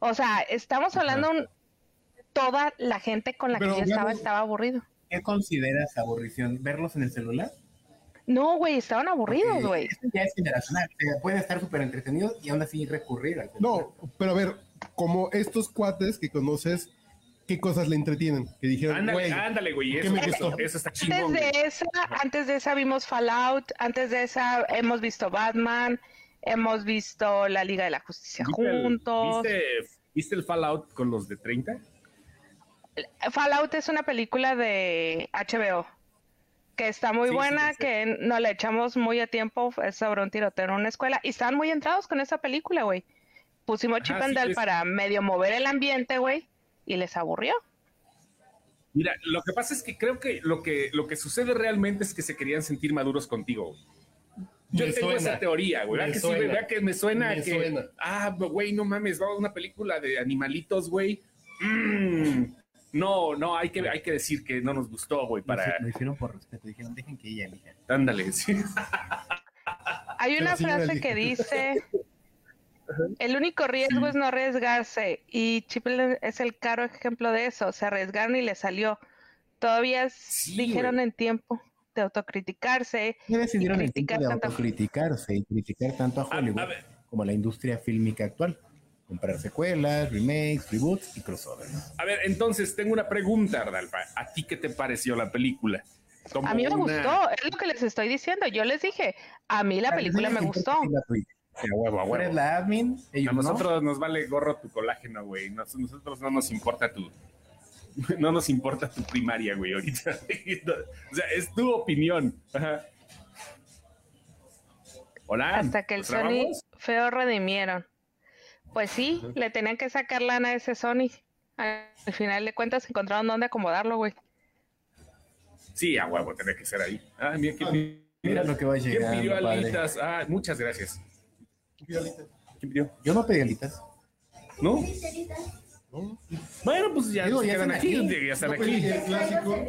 Speaker 3: O sea, estamos hablando un- toda la gente con la
Speaker 4: Pero,
Speaker 3: que yo estaba
Speaker 4: bueno,
Speaker 3: estaba aburrido.
Speaker 2: ¿Qué consideras aburrición? ¿Verlos en el celular?
Speaker 3: No, güey, estaban aburridos,
Speaker 2: Eh,
Speaker 3: güey.
Speaker 2: esto ya es generacional. O sea, pueden estar súper entretenidos y aún así recurrir al celular.
Speaker 4: No, pero a ver, como estos cuates que conoces, ¿qué cosas le entretienen? Que dijeron,
Speaker 1: Ándale,
Speaker 4: güey,
Speaker 1: ándale, güey.
Speaker 4: ¿qué
Speaker 1: Eso,
Speaker 4: me
Speaker 1: eso-
Speaker 4: gustó?
Speaker 1: eso está chingón.
Speaker 3: Antes de
Speaker 1: güey.
Speaker 3: esa, antes de esa vimos Fallout, antes de esa hemos visto Batman, hemos visto la Liga de la Justicia
Speaker 1: ¿Viste el-
Speaker 3: juntos.
Speaker 1: ¿viste, viste el Fallout con los de 30?
Speaker 3: Fallout es una película de HBO que está muy
Speaker 1: Sí, sí,
Speaker 3: buena,
Speaker 1: sí.
Speaker 3: que no la echamos muy a tiempo, es sobre un tiroteo en una escuela y estaban muy entrados con esa película, güey. Pusimos
Speaker 1: Ajá,
Speaker 3: Chip
Speaker 1: sí,
Speaker 3: and Dale
Speaker 1: es-
Speaker 3: para medio mover el ambiente, güey, y les aburrió.
Speaker 1: Mira, lo que pasa es que creo que lo que, lo que sucede realmente es que se querían sentir maduros contigo, güey. Yo
Speaker 6: Me
Speaker 1: tengo
Speaker 6: suena.
Speaker 1: esa teoría, güey. ¿Verdad
Speaker 6: Me
Speaker 1: que sí,
Speaker 6: suena.
Speaker 1: ¿Verdad que me suena
Speaker 6: Me
Speaker 1: que.
Speaker 6: suena.
Speaker 1: Ah, güey, no mames, vamos a una película de animalitos, güey. Mm, no, no, hay que, hay que decir que no nos gustó, güey,
Speaker 2: Lo hici-
Speaker 1: para.
Speaker 2: Lo hicieron por respeto. Dijeron, dejen que ella elija.
Speaker 1: Ándale, sí.
Speaker 3: Hay una
Speaker 4: Pero sí,
Speaker 3: frase
Speaker 4: órale.
Speaker 3: que dice, el único riesgo es no arriesgarse y Chipley es el caro ejemplo de eso, se arriesgaron y le salió. Todavía s-
Speaker 1: Sí,
Speaker 3: dijeron
Speaker 1: güey.
Speaker 3: en tiempo de autocriticarse.
Speaker 2: ¿Qué decidieron
Speaker 3: Y
Speaker 2: el tiempo de
Speaker 3: criticar tanto-
Speaker 2: autocriticarse y criticar tanto a
Speaker 1: A-
Speaker 2: Hollywood
Speaker 1: a ver.
Speaker 2: como la industria fílmica actual? Comprar secuelas, remakes, reboots y crossovers.
Speaker 1: A ver, entonces tengo una pregunta, Ardalpa. ¿A ti qué te pareció la película? Como
Speaker 3: A mí me
Speaker 1: una-
Speaker 3: gustó, es lo que les estoy diciendo. Yo les dije, a mí la película me gustó.
Speaker 1: A huevo, a
Speaker 2: Tú eres
Speaker 1: huevo.
Speaker 2: la admin, ellos
Speaker 1: A
Speaker 2: no.
Speaker 1: nosotros nos vale gorro tu colágeno, güey. Nos- nosotros no nos importa tu. No nos importa tu primaria, güey, ahorita. o sea, es tu opinión. Ajá. Hola.
Speaker 3: Hasta que el
Speaker 1: ¿nos
Speaker 3: Sony
Speaker 1: trabamos?
Speaker 3: feo redimieron. Pues sí, le tenían que sacar lana a ese Sony. Al final de cuentas encontraron dónde acomodarlo, güey.
Speaker 1: Sí, a huevo, tenía que ser ahí. Ah, mira, ¿quién,
Speaker 2: Mira lo que va
Speaker 1: ¿quién pidió
Speaker 2: llegando, padre.
Speaker 1: alitas? Ah, muchas gracias. ¿Quién pidió?
Speaker 2: Yo no pedí alitas.
Speaker 1: ¿No?
Speaker 4: ¿no?
Speaker 1: Bueno, pues ya,
Speaker 2: Digo,
Speaker 1: se
Speaker 2: ya
Speaker 1: quedan
Speaker 2: están
Speaker 1: aquí.
Speaker 2: aquí.
Speaker 1: Ya están
Speaker 4: No,
Speaker 1: aquí.
Speaker 4: pues, el clásico.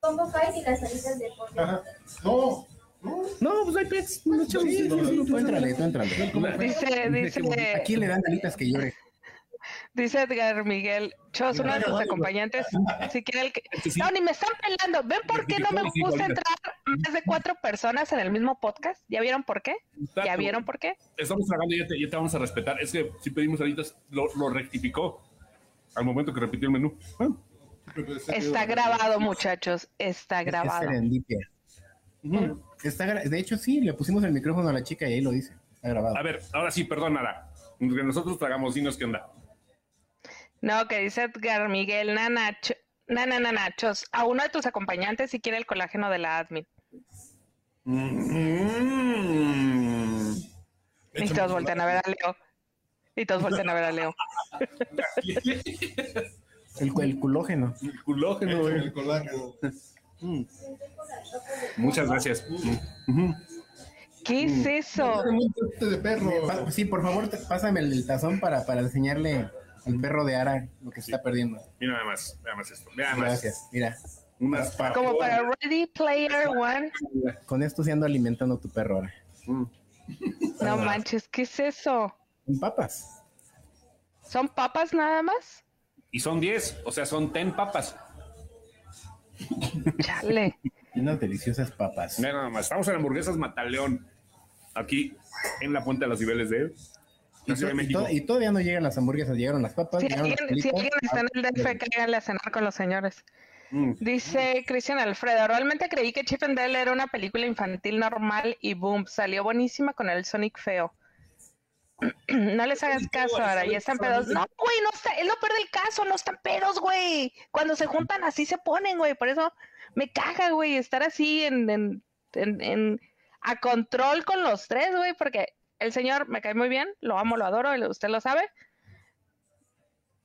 Speaker 5: Combo Fight y las salidas de pollo.
Speaker 4: Ajá. No, no.
Speaker 1: No, pues hay pets. No, chavos,
Speaker 4: Sí,
Speaker 1: no, no, no,
Speaker 2: Tú
Speaker 1: no.
Speaker 2: entrale, tú entrale.
Speaker 3: Dice,
Speaker 2: ¿A
Speaker 3: dice,
Speaker 2: quién le dan alitas que llore?
Speaker 3: dice Edgar Miguel, Chos, uno de tus acompañantes, si quiere el que... No, ni me están pelando. ¿Ven por qué no me gusta entrar más de cuatro personas en el mismo podcast? ¿Ya vieron por qué? ¿Ya
Speaker 1: Tato,
Speaker 3: vieron por qué?
Speaker 1: Estamos trabajando, ya te, ya te vamos a respetar. Es que si pedimos ahorita, lo, lo rectificó al momento que repitió el menú. Bueno,
Speaker 3: Está grabado, muchachos, está
Speaker 2: Es
Speaker 3: grabado.
Speaker 2: serendipia.
Speaker 1: ujú.
Speaker 2: Está gra- de hecho, sí, le pusimos el micrófono a la chica y ahí lo dice. Está grabado.
Speaker 1: A ver, ahora sí, perdón, Ara. Que nosotros tragamos, dinos qué onda.
Speaker 3: No, que dice Edgar Miguel, nana, Ch- nana, nana, Chos, a uno de tus acompañantes si quiere el colágeno de la admin.
Speaker 1: Mm.
Speaker 3: Y todos voltean a ver a Leo. Y todos voltean a ver a Leo.
Speaker 2: El, el culógeno.
Speaker 1: El culógeno,
Speaker 4: Échame
Speaker 1: güey.
Speaker 4: el colágeno.
Speaker 1: Muchas gracias. Ujú.
Speaker 3: ¿Qué es eso?
Speaker 4: Échame un tete de perro.
Speaker 2: Pa- Sí, por favor, te- pásame el, el tazón para, para enseñarle al perro de Ara lo que se está perdiendo.
Speaker 1: Mira nada más, nada más esto. Mira nada más.
Speaker 2: Gracias. Ah, Mira,
Speaker 1: Unas papas.
Speaker 3: Como para Ready Player One.
Speaker 2: con esto se ando alimentando a tu perro ahora.
Speaker 1: Mm.
Speaker 3: No manches, ¿qué es eso?
Speaker 2: Con papas.
Speaker 3: ¿Son papas nada más?
Speaker 1: Y son 10, o sea, son 10 papas.
Speaker 3: Chale.
Speaker 2: Y Unas deliciosas papas.
Speaker 1: Mira nada más. Estamos en hamburguesas Mataleón. Aquí, en la Puente de los Niveles de
Speaker 2: Y,
Speaker 1: la Ciudad de
Speaker 2: to- y
Speaker 1: México.
Speaker 2: to- y todavía no llegan las hamburguesas, llegaron las papas,
Speaker 3: Si
Speaker 2: llegaron
Speaker 3: alguien,
Speaker 2: las Ah,
Speaker 3: si
Speaker 2: alitas.
Speaker 3: alguien está en el DF, cáiganle a cenar con los señores.
Speaker 1: Mm.
Speaker 3: Dice Cristian Alfredo, realmente creí que Chip and Dale era una película infantil normal y boom, salió buenísima con el Sonic feo. No les hagas caso ahora, ya están pedos. No, güey, no está, es lo peor del caso, no están pedos, güey. Cuando se juntan así se ponen, güey, por eso me caga, güey, estar así en, en, en- en- a control con los tres, güey, porque el señor me cae muy bien, lo amo, lo adoro, y usted lo sabe.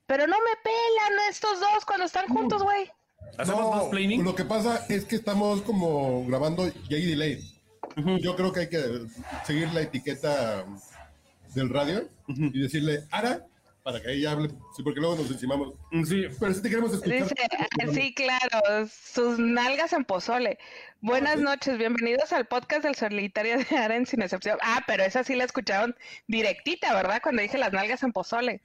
Speaker 3: Pero no me pelan estos dos cuando están juntos, güey.
Speaker 1: ¿Hacemos
Speaker 4: No,
Speaker 1: más planning?
Speaker 4: Lo que pasa es que estamos como grabando y hay delay. Yo creo que hay que seguir la etiqueta del radio y decirle Ara para que ella hable, sí, porque luego nos encimamos.
Speaker 1: Mm, Sí.
Speaker 4: Pero si te queremos escuchar.
Speaker 3: Dice, "Ah, sí, claro, sus nalgas en pozole. Buenas noches, bienvenidos al podcast del solitario de Aren sin excepción. Ah, pero esa sí la escucharon directita, ¿verdad? Cuando dije las nalgas en pozole.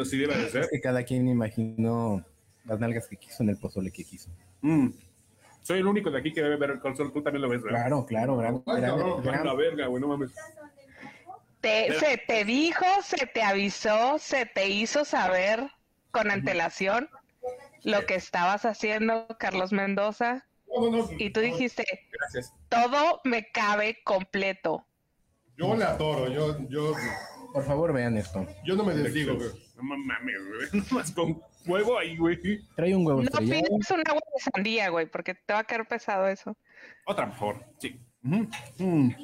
Speaker 1: Así debe de ser.
Speaker 2: Es que cada quien imaginó las nalgas que quiso en el pozole que quiso.
Speaker 1: Mm. Soy el único de aquí que debe ver el console. Tú también lo ves, ¿verdad?
Speaker 2: Claro, claro, gran,
Speaker 4: Ay,
Speaker 2: gran-
Speaker 4: cabrón,
Speaker 1: Ah,
Speaker 2: gran-
Speaker 1: la verga, güey, no mames.
Speaker 3: Te- se te dijo, se te avisó, se te hizo saber con antelación lo que estabas haciendo, Carlos Mendoza,
Speaker 4: No, no, no.
Speaker 3: y tú dijiste,
Speaker 1: Gracias.
Speaker 3: todo me cabe completo.
Speaker 4: Yo la adoro, yo, yo,
Speaker 2: Por favor, vean esto.
Speaker 4: yo no me desdigo. güey.
Speaker 1: No mames, güey. Nomás con huevo ahí, güey.
Speaker 2: Trae un huevo
Speaker 3: No
Speaker 2: estrellado.
Speaker 3: pides un agua de sandía, güey, porque te va a caer pesado eso.
Speaker 1: Otra mejor. Sí. Ujú. Mm.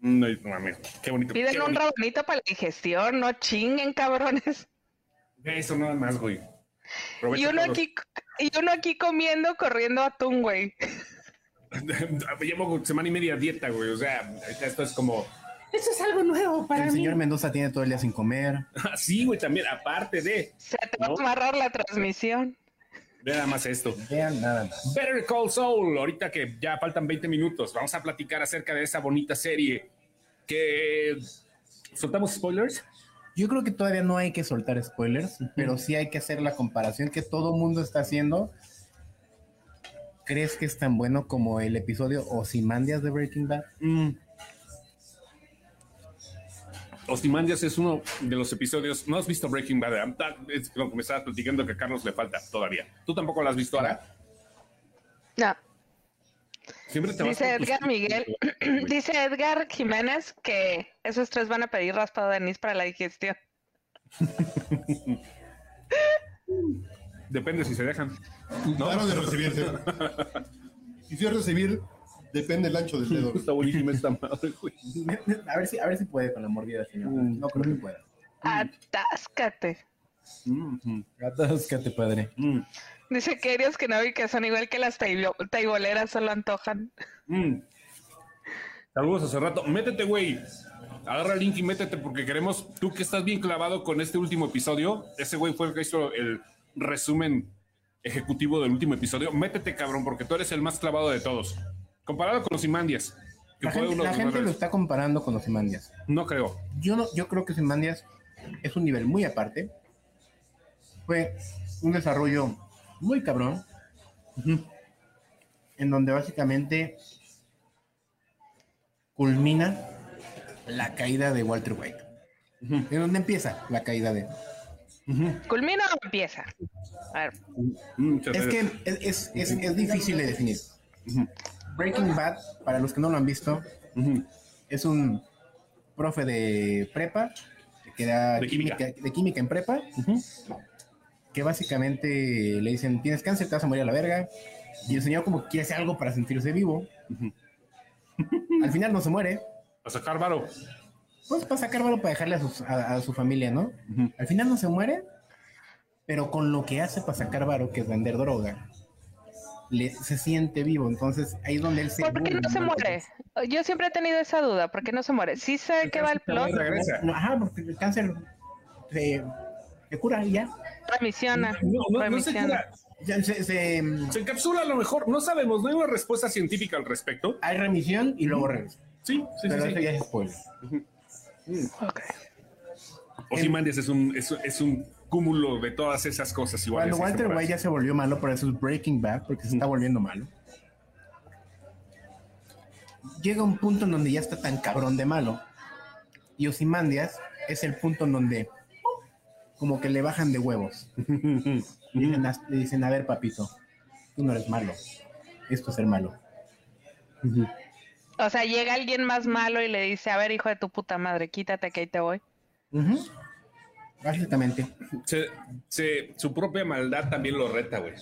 Speaker 1: No, no mames. Qué bonito. qué
Speaker 3: Piden un
Speaker 1: bonito.
Speaker 3: rabonito para la digestión, no chinguen, cabrones.
Speaker 1: Eso nada más, güey. Aprovecha
Speaker 3: Y uno
Speaker 1: todos.
Speaker 3: aquí, y uno aquí comiendo, corriendo atún, güey.
Speaker 1: Llevo semana y media dieta, güey. O sea, ahorita esto es como.
Speaker 2: El señor Mendoza tiene todo el día sin comer.
Speaker 1: Así, güey, también. Aparte de.
Speaker 3: Se te va
Speaker 1: ¿No?
Speaker 3: a amarrar la transmisión.
Speaker 1: Vean nada más esto.
Speaker 2: Vean nada más.
Speaker 1: Better Call Saul, ahorita que ya faltan 20 minutos, vamos a platicar acerca de esa bonita serie que... ¿Soltamos spoilers?
Speaker 2: Yo creo que todavía no hay que soltar spoilers, pero sí hay que hacer la comparación que todo mundo está haciendo. ¿Crees que es tan bueno como el episodio Ozymandias de Breaking Bad?
Speaker 1: Mm. Ozymandias es uno de los episodios... ¿No has visto Breaking Bad? ¿verdad? Ta- Es lo que me estabas platicando que a Carlos le falta todavía. ¿Tú tampoco lo has visto ahora?
Speaker 3: No.
Speaker 1: Siempre te vas
Speaker 3: Dice
Speaker 1: por tus-
Speaker 3: Edgar Miguel, dice Edgar Jiménez que esos tres van a pedir raspado de anís para la digestión.
Speaker 1: Depende si se dejan.
Speaker 4: Claro de recibirse. Y si es recibir, depende el ancho del dedo.
Speaker 1: Está buenísima esta madre, güey.
Speaker 2: A ver si, a ver si puede con la mordida, señor.
Speaker 1: Mm.
Speaker 2: No creo que pueda.
Speaker 3: Mm. Atáscate.
Speaker 1: Mm,
Speaker 2: Atáscate, padre.
Speaker 1: mm,
Speaker 3: Dice Kerios que no vi que son igual que las taibo- taiboleras, solo antojan.
Speaker 1: mm. Saludos hace rato. Métete, güey. Agarra el link y métete porque queremos. Tú que estás bien clavado con este último episodio. Ese güey fue el que hizo el resumen ejecutivo del último episodio. Métete, cabrón, porque tú eres el más clavado de todos. Comparado con los Imandias. Que
Speaker 2: La
Speaker 1: fue
Speaker 2: gente,
Speaker 1: uno de
Speaker 2: la
Speaker 1: los
Speaker 2: gente lo
Speaker 1: mejores.
Speaker 2: está comparando con Ozymandias.
Speaker 1: No creo.
Speaker 2: Yo, no, yo creo que Simandias es un nivel muy aparte. Fue un desarrollo muy cabrón. En donde básicamente culmina la caída de Walter White. En donde empieza la caída de.
Speaker 3: ¿Culmina o empieza? A ver,
Speaker 1: Mm, muchas
Speaker 2: Es que
Speaker 1: gracias.
Speaker 2: es, es- es- es difícil de definir. Breaking Bad, para los que no lo han visto,
Speaker 1: Ujú.
Speaker 2: es un profe de prepa que da
Speaker 1: De química.
Speaker 2: de química en prepa
Speaker 1: Ujú.
Speaker 2: que básicamente le dicen, tienes cáncer, te vas a morir a la verga. Y el señor como que quiere hacer algo para sentirse vivo.
Speaker 1: Ujú.
Speaker 2: Al final no se muere.
Speaker 1: A sacar varo.
Speaker 2: Pues para sacar valor para dejarle a, sus- a- a su familia, ¿no?
Speaker 1: Ujú.
Speaker 2: Al final no se muere, pero con lo que hace para sacar varo, que es vender droga, le, se siente vivo. Entonces ahí es donde él se.
Speaker 3: ¿por qué no se muere? Yo siempre he tenido esa duda, ¿por qué no se muere? Sí sé que Pues va el plot,
Speaker 1: Regresa.
Speaker 2: No, ajá, porque el cáncer se, se cura y ya.
Speaker 3: remisiona,
Speaker 1: No, no, no se
Speaker 3: remisiona.
Speaker 1: queda.
Speaker 2: Ya se- se-
Speaker 1: Se encapsula a lo mejor. No sabemos. No hay una respuesta científica al respecto.
Speaker 2: hay remisión y luego regresa.
Speaker 1: Sí, sí,
Speaker 2: pero
Speaker 1: sí.
Speaker 2: eso
Speaker 1: sí.
Speaker 2: ya es spoiler.
Speaker 3: Ok.
Speaker 1: Ozymandias es un, es, es un cúmulo de todas esas cosas. Igual
Speaker 2: Cuando Walter White ya se volvió malo, por eso es Breaking Bad, porque se está volviendo malo. Llega un punto en donde ya está tan cabrón de malo. Y Ozymandias es el punto en donde como que le bajan de huevos. Le dicen, "Haz- le dicen, a ver, papito, tú no eres malo. Esto es ser malo.
Speaker 3: O sea, llega alguien más malo y le dice, a ver, hijo de tu puta madre, quítate que ahí te voy.
Speaker 2: Ujú. Básicamente.
Speaker 1: Se- se- su propia maldad también lo reta, güey.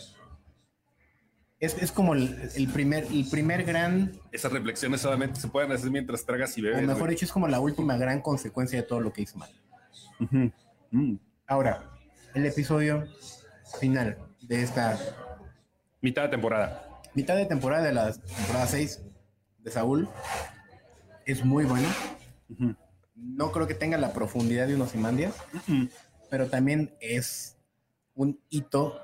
Speaker 2: Es, es como el, el primer, el primer gran,
Speaker 1: Esas reflexiones solamente se pueden hacer mientras tragas y
Speaker 2: o
Speaker 1: bebes.
Speaker 2: mejor
Speaker 1: güey.
Speaker 2: dicho, es como la última gran consecuencia de todo lo que hizo mal.
Speaker 1: Ujú. Mm.
Speaker 2: Ahora, el episodio final de esta
Speaker 1: Mitad de temporada.
Speaker 2: mitad de temporada de la temporada 6 de Saúl es muy bueno.
Speaker 1: Ujú.
Speaker 2: No creo que tenga la profundidad de unos imandias,
Speaker 1: Ujú.
Speaker 2: pero también es un hito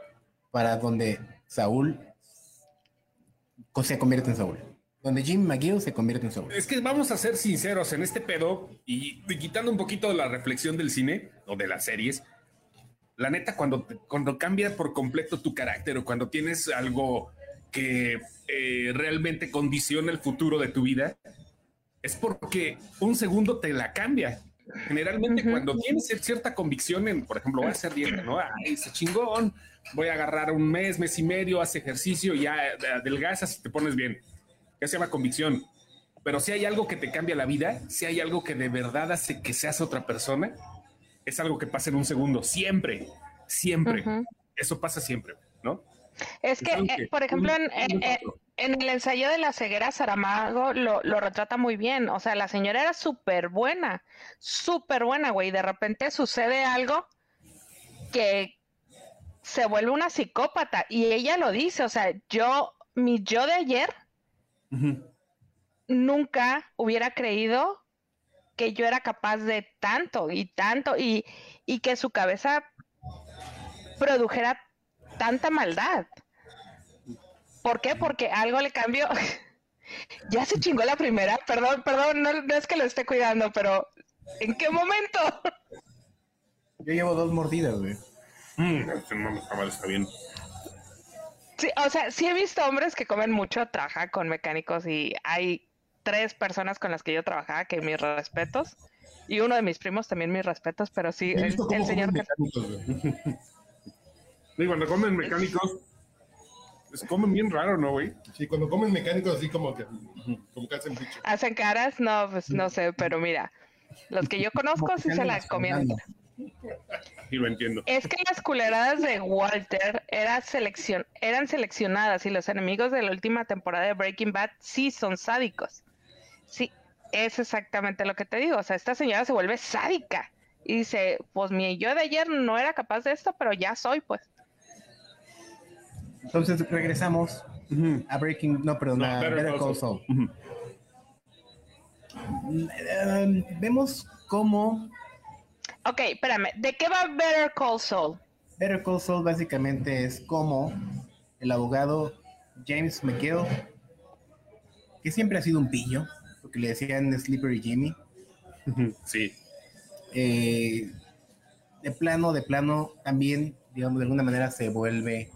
Speaker 2: para donde Saúl co- se convierte en Saúl. Donde Jim McGill se convierte en Saúl.
Speaker 1: Es que vamos a ser sinceros en este pedo y, y quitando un poquito de la reflexión del cine o de las series. La neta, cuando, cuando cambia por completo tu carácter o cuando tienes algo que eh, realmente condiciona el futuro de tu vida, es porque un segundo te la cambia. Generalmente
Speaker 3: Ujú.
Speaker 1: cuando tienes cierta convicción en, por ejemplo, voy a hacer dieta, ¿no? Ay, ese chingón, voy a agarrar un mes, mes y medio, haz ejercicio, ya eh, adelgazas y te pones bien. Ya se llama convicción. Pero si hay algo que te cambia la vida, si hay algo que de verdad hace que seas otra persona, es algo que pasa en un segundo. Siempre, siempre.
Speaker 3: Ujú.
Speaker 1: Eso pasa siempre, ¿no?
Speaker 3: Es que,
Speaker 1: algo
Speaker 3: eh,
Speaker 1: que
Speaker 3: por ejemplo, en,
Speaker 1: uno- uno
Speaker 3: eh, eh,
Speaker 1: otro.
Speaker 3: en el ensayo de la ceguera, Saramago lo, lo retrata muy bien. O sea, la señora era súper buena, súper buena, güey. y De repente sucede algo que se vuelve una psicópata. Y ella lo dice, o sea, yo, mi yo de ayer nunca hubiera creído que yo era capaz de tanto y tanto y, y que su cabeza produjera tanta maldad. ¿Por qué? Porque algo le cambió. ya se chingó la primera. Perdón, perdón, no, no es que lo esté cuidando, pero ¿en qué momento?
Speaker 2: Yo llevo dos mordidas, güey.
Speaker 4: Mm, este no está mal, está bien.
Speaker 3: Sí, o sea, sí he visto hombres que comen mucho, trabaja con mecánicos y hay tres personas con las que yo trabajaba que mis respetos y uno de mis primos también mis respetos, pero sí
Speaker 4: He
Speaker 3: el,
Speaker 4: visto cómo
Speaker 3: el señor
Speaker 4: comen
Speaker 3: que
Speaker 4: mecánicos, güey.
Speaker 1: Y cuando comen mecánicos, pues comen bien raro, ¿no, güey?
Speaker 4: Sí, cuando comen mecánicos así como que, como que hacen bicho.
Speaker 3: hacen caras, no, pues no sé, pero mira, los que yo conozco sí se la comían.
Speaker 1: Sí, lo entiendo.
Speaker 3: Es que las culeradas de Walter era seleccion- eran seleccionadas y los enemigos de la última temporada de Breaking Bad sí son sádicos. Sí, es exactamente lo que te digo. O sea, esta señora se vuelve sádica y dice, pues mi yo de ayer no era capaz de esto, pero ya soy, pues.
Speaker 2: Entonces regresamos a Breaking, no, perdón,
Speaker 1: No,
Speaker 2: a
Speaker 1: Better
Speaker 2: Better
Speaker 1: Call
Speaker 2: Call Saul. Mm, eh, vemos cómo
Speaker 3: Ok, espérame, ¿de qué va Better Call Saul?
Speaker 2: Better Call Saul básicamente es como el abogado James McGill, que siempre ha sido un pillo, lo que le decían Slippery Jimmy,
Speaker 1: Sí.
Speaker 2: eh, de plano, de plano, también, digamos, de alguna manera se vuelve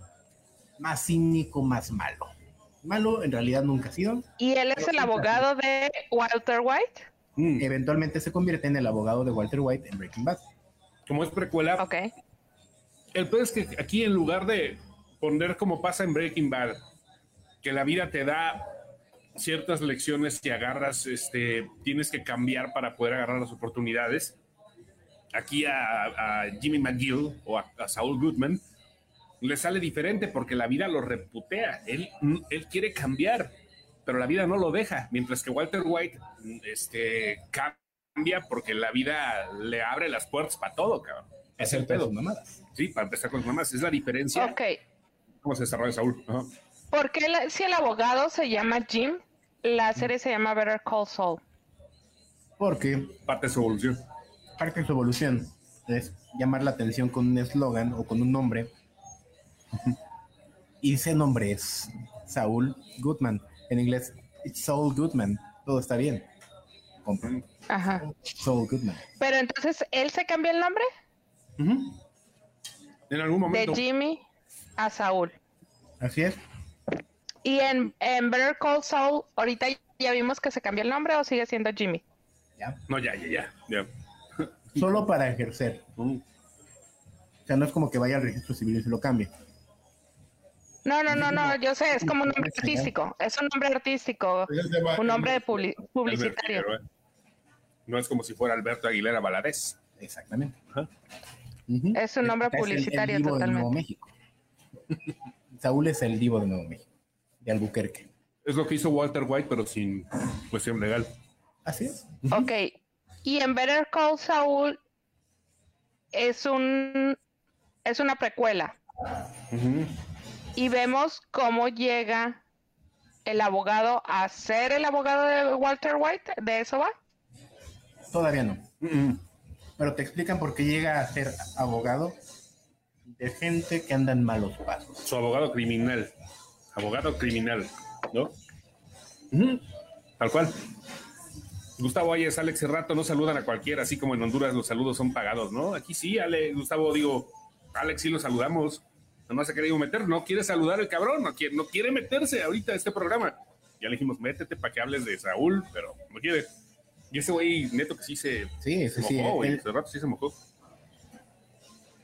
Speaker 2: más cínico, más malo. Malo en realidad nunca ha sido.
Speaker 3: ¿Y él es el abogado de Walter White?
Speaker 1: Mm,
Speaker 2: Eventualmente se convierte en el abogado de Walter White en Breaking Bad.
Speaker 1: Como es precuela,
Speaker 3: Ok.
Speaker 1: El peor es que aquí en lugar de poner como pasa en Breaking Bad, que la vida te da ciertas lecciones que agarras, este, tienes que cambiar para poder agarrar las oportunidades. Aquí a, a Jimmy McGill o a, a Saul Goodman le sale diferente porque la vida lo reputea. Él, mm, él quiere cambiar, pero la vida no lo deja. Mientras que Walter White mm, este, cambia porque la vida le abre las puertas para todo, cabrón. Es el
Speaker 2: Hacer todas
Speaker 1: pedo.
Speaker 2: sus mamadas.
Speaker 1: Sí, para empezar con los mamás, es la diferencia.
Speaker 3: Ok.
Speaker 1: ¿Cómo se desarrolla Saúl? Ajá.
Speaker 3: ¿Por qué la- si el abogado se llama Jim, la serie se llama Better Call Saul?
Speaker 2: Porque
Speaker 1: Parte de su evolución.
Speaker 2: parte de su evolución es llamar la atención con un eslogan o con un nombre. Y ese nombre es Saul Goodman. En inglés, it's Saul Goodman. Todo está bien. Compra.
Speaker 3: Ajá.
Speaker 2: Saul Goodman.
Speaker 3: Pero entonces, ¿él se cambió el nombre?
Speaker 1: En algún
Speaker 3: De
Speaker 1: momento.
Speaker 3: Jimmy a Saúl.
Speaker 2: Así es.
Speaker 3: Y en, en Better Call Saul, ahorita ya vimos que se cambió el nombre o sigue siendo Jimmy.
Speaker 2: Ya.
Speaker 1: No, ya, ya, ya. ya.
Speaker 2: Solo para ejercer. O sea, no es como que vaya al registro civil y se lo cambie.
Speaker 3: No, no, no, no, yo sé, es como un nombre artístico. Es un nombre artístico,
Speaker 4: Ella se llama-
Speaker 3: un nombre de publi-
Speaker 1: Alberto
Speaker 3: publicitario.
Speaker 1: Figueroa. No es como si fuera Alberto Aguilera Valadez.
Speaker 2: Exactamente. Ujú.
Speaker 3: Es un nombre
Speaker 2: Es el-
Speaker 3: publicitario
Speaker 2: el divo de Nuevo
Speaker 3: totalmente.
Speaker 2: México. Saúl es el divo de Nuevo México, de Albuquerque.
Speaker 1: Es lo que hizo Walter White, pero sin cuestión legal.
Speaker 2: Así es.
Speaker 3: Ok. Y en Better Call Saul es un es una precuela. Y vemos cómo llega el abogado a ser el abogado de Walter White, ¿de eso va?
Speaker 2: Todavía no. Pero te explican por qué llega a ser abogado de gente que anda en malos pasos.
Speaker 1: Su abogado criminal. Abogado criminal, ¿no? Ujú. Tal cual. Gustavo Ayes, Alex Cerrato, no saludan a cualquiera, así como en Honduras los saludos son pagados, ¿no? Aquí sí, Ale, Gustavo, digo, Alex sí lo saludamos. Nomás se ha querido meter, no quiere saludar el cabrón, no quiere, no quiere meterse ahorita a este programa. Ya le dijimos, métete para que hables de Saúl, pero no quiere. Y ese güey, neto que sí se,
Speaker 2: Sí,
Speaker 1: se
Speaker 2: sí, sí.
Speaker 1: mojó, güey.
Speaker 2: él-
Speaker 1: Cerrato sí se mojó.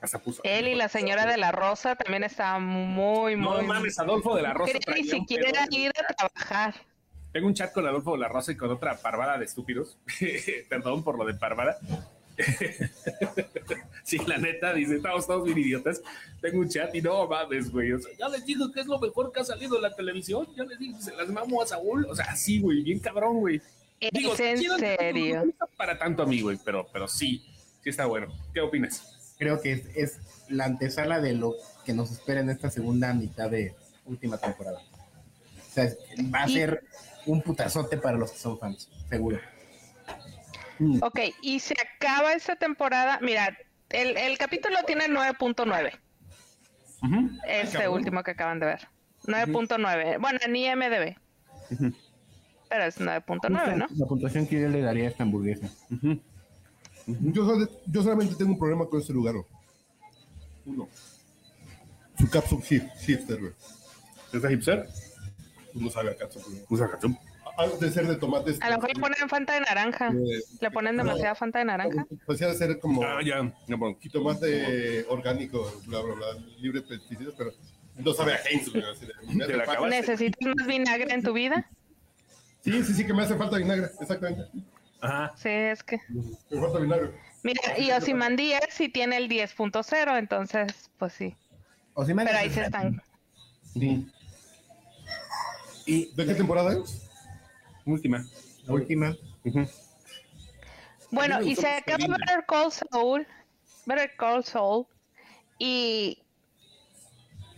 Speaker 1: Hasta puso.
Speaker 3: Él y la señora de la Rosa también estaban muy,
Speaker 1: No
Speaker 3: muy...
Speaker 1: mames, Adolfo de la Rosa.
Speaker 3: quería ni
Speaker 1: traía un
Speaker 3: siquiera
Speaker 1: pedo.
Speaker 3: ir a trabajar.
Speaker 1: Tengo un chat con Adolfo de la Rosa y con otra parvada de estúpidos. Perdón por lo de parvada. sí, la neta, dice, estamos todos bien idiotas. Tengo un chat y no mames, güey. O sea, ya les digo que es lo mejor que ha salido en la televisión. Ya les digo, se las mamo a Saúl. O sea, así, güey, bien cabrón, güey.
Speaker 3: Es
Speaker 1: Digo,
Speaker 3: en
Speaker 1: quiero-
Speaker 3: serio.
Speaker 1: no Para tanto a mí, güey, pero, pero sí, sí está bueno. ¿Qué opinas?
Speaker 2: creo que es, es la antesala de lo que nos espera en esta segunda mitad de última temporada. O sea, va a
Speaker 3: Y-
Speaker 2: ser un putazote para los que son fans, seguro.
Speaker 3: Ok, y se acaba esta temporada. Mira, el, el capítulo tiene 9.9.
Speaker 1: Ujú.
Speaker 3: Este
Speaker 4: cabrón.
Speaker 3: último que acaban de ver. 9.9. Bueno, ni MDB. Pero es 9.9, ¿no?
Speaker 2: La puntuación que yo le daría a esta hamburguesa.
Speaker 4: Yo, sol- yo solamente tengo un problema con este lugar. güey. Uno. Su capsule hip- hipster, güey.
Speaker 1: ¿Es de hipster?
Speaker 4: No sabe a capsule. güey.
Speaker 1: Usa Hatsum.
Speaker 4: Antes de este, ser de tomates.
Speaker 3: A lo mejor le ponen fanta de naranja.
Speaker 4: Eh,
Speaker 3: Le ponen demasiada fanta de naranja.
Speaker 4: Pues ya de ser como
Speaker 1: Ah, ya. No, bueno, quito.
Speaker 4: jitomate orgánico, bla, bla, bla, libre de pesticidas, pero no sabe a Heinz, güey. así de- me hace
Speaker 1: Te la
Speaker 4: falta-
Speaker 1: acabaste.
Speaker 3: ¿Necesitas más vinagre en tu vida?
Speaker 4: Sí, sí, sí, que me hace falta vinagre, exactamente.
Speaker 1: Ajá.
Speaker 3: Sí, es que.
Speaker 4: Me falta vinagre.
Speaker 3: Mira, y Osimandías sí tiene el 10.0, entonces, pues sí.
Speaker 2: O si me
Speaker 3: Pero ahí se están.
Speaker 2: Sí. Y
Speaker 4: ¿De qué temporada es?
Speaker 1: Última.
Speaker 2: la última.
Speaker 3: Bueno,
Speaker 1: me
Speaker 3: y
Speaker 1: gustó
Speaker 3: se
Speaker 1: mucho
Speaker 3: acaba
Speaker 1: Belinda.
Speaker 3: Better Call Saul. Better Call Saul. Y.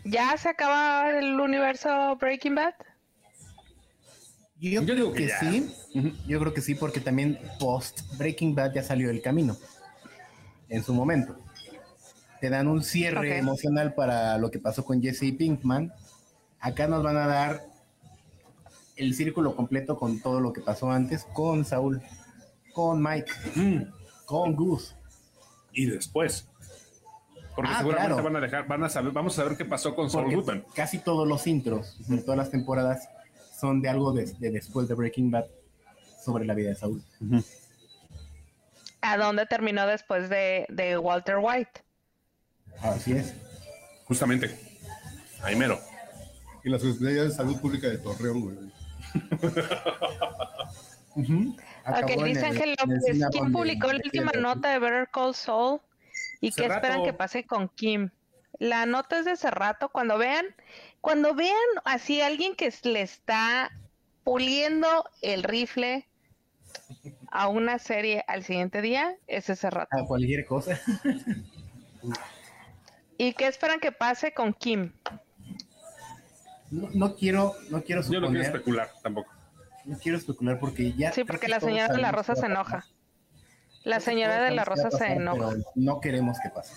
Speaker 3: ¿Ya se acaba el universo Breaking Bad?
Speaker 2: Yo,
Speaker 1: Yo digo
Speaker 2: creo
Speaker 1: que
Speaker 2: que,
Speaker 1: ya.
Speaker 2: sí. Yo creo que sí, porque también post Breaking Bad ya salió del camino. En su momento. Te dan un cierre
Speaker 3: Ok.
Speaker 2: emocional para lo que pasó con Jesse Pinkman. Acá nos van a dar el círculo completo con todo lo que pasó antes con Saúl, con Mike,
Speaker 1: Mm.
Speaker 2: con Gus.
Speaker 1: Y después. Porque
Speaker 2: Ah,
Speaker 1: seguramente
Speaker 2: claro.
Speaker 1: van a dejar, van a saber, vamos a ver qué pasó con Saul
Speaker 2: Porque
Speaker 1: Goodman.
Speaker 2: casi todos los intros de todas las temporadas son de algo de, de después de Breaking Bad sobre la vida de Saúl.
Speaker 3: ¿A dónde terminó después de, de Walter White?
Speaker 2: Así es.
Speaker 1: Justamente. Ahí mero.
Speaker 4: Y la Secretaría de Salud Pública de Torreón, güey.
Speaker 2: Acabó
Speaker 3: ok,
Speaker 2: en
Speaker 3: dice
Speaker 2: el-
Speaker 3: Ángel
Speaker 2: en el
Speaker 3: López.
Speaker 2: cine
Speaker 3: ¿Quién
Speaker 2: donde-
Speaker 3: publicó la
Speaker 2: donde
Speaker 3: última
Speaker 2: queda.
Speaker 3: nota de Better Call Saul? ¿Y qué
Speaker 1: Cerrato.
Speaker 3: esperan que pase con Kim? La nota es de hace rato. Cuando vean, cuando vean así alguien que s- le está puliendo el rifle a una serie al siguiente día, ese es rato.
Speaker 2: A cualquier cosa.
Speaker 3: ¿Y qué esperan que pase con Kim?
Speaker 2: No, no quiero, no quiero
Speaker 1: Yo no quiero
Speaker 2: suponer,
Speaker 1: especular tampoco.
Speaker 2: no quiero especular porque ya.
Speaker 3: Sí,
Speaker 2: creo
Speaker 3: porque
Speaker 2: que
Speaker 3: la
Speaker 2: todos
Speaker 3: señora de la
Speaker 2: sabemos
Speaker 3: Rosa
Speaker 2: qué
Speaker 3: se
Speaker 2: va a
Speaker 3: enoja.
Speaker 2: pasar.
Speaker 3: La
Speaker 2: Creo que
Speaker 3: señora
Speaker 2: todos
Speaker 3: de la
Speaker 2: sabemos qué va
Speaker 3: Rosa
Speaker 2: a
Speaker 3: se
Speaker 2: pasar,
Speaker 3: enoja.
Speaker 2: pero No queremos que pase.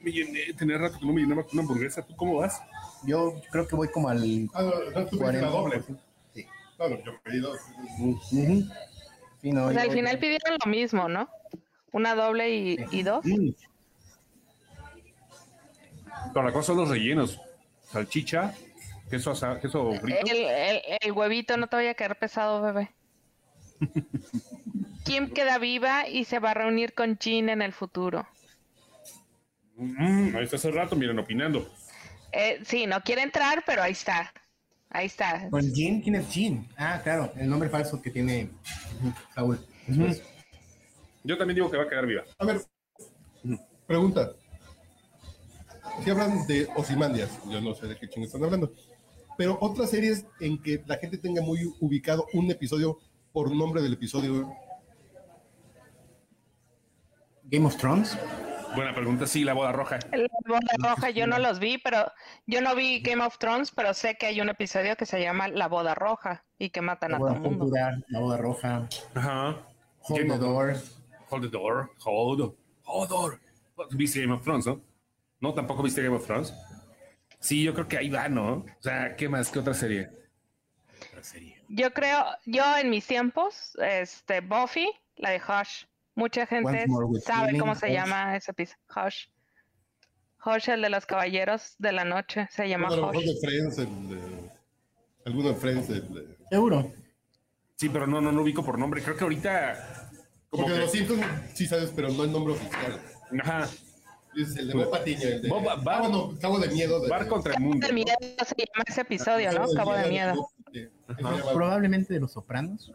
Speaker 1: Me llené, tenía eh, rato que no me llenaba con una hamburguesa. ¿Tú cómo vas?
Speaker 2: Yo creo que voy como al
Speaker 4: Ah, no, no, tú pediste
Speaker 2: 40.
Speaker 4: la doble.
Speaker 2: Sí.
Speaker 4: No, no, yo pedí dos.
Speaker 2: Ujú. Sí, no, yo-
Speaker 3: O sea, Pues al final pidieron lo mismo, ¿no? Una doble y, y dos.
Speaker 1: Mm. Pero la cosa son los rellenos. Salchicha, queso, asa- queso frito.
Speaker 3: El, el- el huevito no te vaya a quedar pesado, bebé. Kim queda viva y se va a reunir con Jean en el futuro.
Speaker 1: Mm, ahí está hace rato, miren, opinando.
Speaker 3: Eh, sí, no quiere entrar, pero ahí está. Ahí está.
Speaker 2: ¿Con Jean? ¿Quién es Jean? Ah, claro, el nombre falso que tiene ujú, Saúl. Después.
Speaker 1: Yo también digo que va a quedar viva.
Speaker 4: A ver, pregunta. Si hablan de Osimandias, yo no sé de qué chingados están hablando, pero otras series en que la gente tenga muy ubicado un episodio por nombre del episodio, güey.
Speaker 2: Game of Thrones.
Speaker 1: Buena pregunta, sí, la boda roja.
Speaker 3: La boda roja, yo no los vi, pero yo no vi Game of Thrones, pero sé que hay un episodio que se llama La boda roja y que matan
Speaker 2: La
Speaker 3: a todo
Speaker 2: boda
Speaker 3: el mundo.
Speaker 2: púrpura, la boda roja,
Speaker 1: Ajá.
Speaker 2: Hold the Door.
Speaker 1: Hold the door. Hold. Hold door. ¿Viste Game of Thrones, no? No, tampoco viste Game of Thrones. Sí, yo creo que ahí va, ¿no? O sea, ¿qué más? ¿Qué otra serie? Otra serie.
Speaker 3: Yo creo, yo en mis tiempos, este, Buffy, la de Hush. Mucha gente
Speaker 2: Once More with
Speaker 3: sabe
Speaker 2: Feeling,
Speaker 3: cómo se
Speaker 2: Hush.
Speaker 3: llama ese piso, Hush. Hush, el de los caballeros de la noche, se llama
Speaker 4: a lo mejor
Speaker 3: Hush.
Speaker 4: de Friends, el de- alguno de Friends, el de-
Speaker 2: Seguro.
Speaker 1: Sí, pero no, no, no ubico por nombre. Creo que ahorita. Como
Speaker 4: porque
Speaker 1: que.
Speaker 4: de los Simpsons sí sabes, pero no el nombre oficial.
Speaker 1: Ajá.
Speaker 4: Es el de Bob Patiño, el de...
Speaker 1: Pues, Bob-
Speaker 4: Ah,
Speaker 1: Bar-
Speaker 4: bueno, Cabo de Miedo. De,
Speaker 1: Bar contra el mundo.
Speaker 3: De
Speaker 1: ¿no?
Speaker 3: miedo se llama ese episodio, ¿no? Cabo de miedo.
Speaker 4: de- de-
Speaker 2: Probablemente de los Sopranos.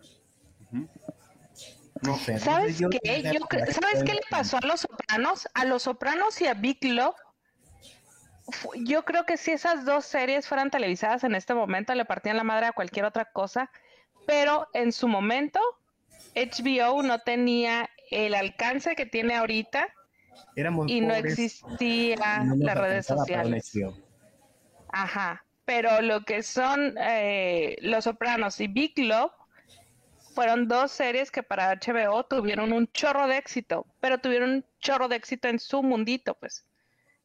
Speaker 2: No sé.
Speaker 3: ¿Sabes
Speaker 2: yo-
Speaker 3: qué? Yo cre- ¿Sabes qué le pasó a los Sopranos? A los Sopranos y a Big Love. fu- Yo creo que si esas dos series fueran televisadas en este momento, le partían la madre a cualquier otra cosa. Pero en su momento, HBO no tenía el alcance que tiene ahorita
Speaker 2: Éramos
Speaker 3: y no
Speaker 2: pobres,
Speaker 3: existía
Speaker 2: no nos
Speaker 3: las redes
Speaker 2: alcanzaba para un
Speaker 3: sociales.
Speaker 2: HBO.
Speaker 3: Ajá, pero lo que son eh, Los Sopranos y Big Love fueron dos series que para HBO tuvieron un chorro de éxito, pero tuvieron un chorro de éxito en su mundito, pues.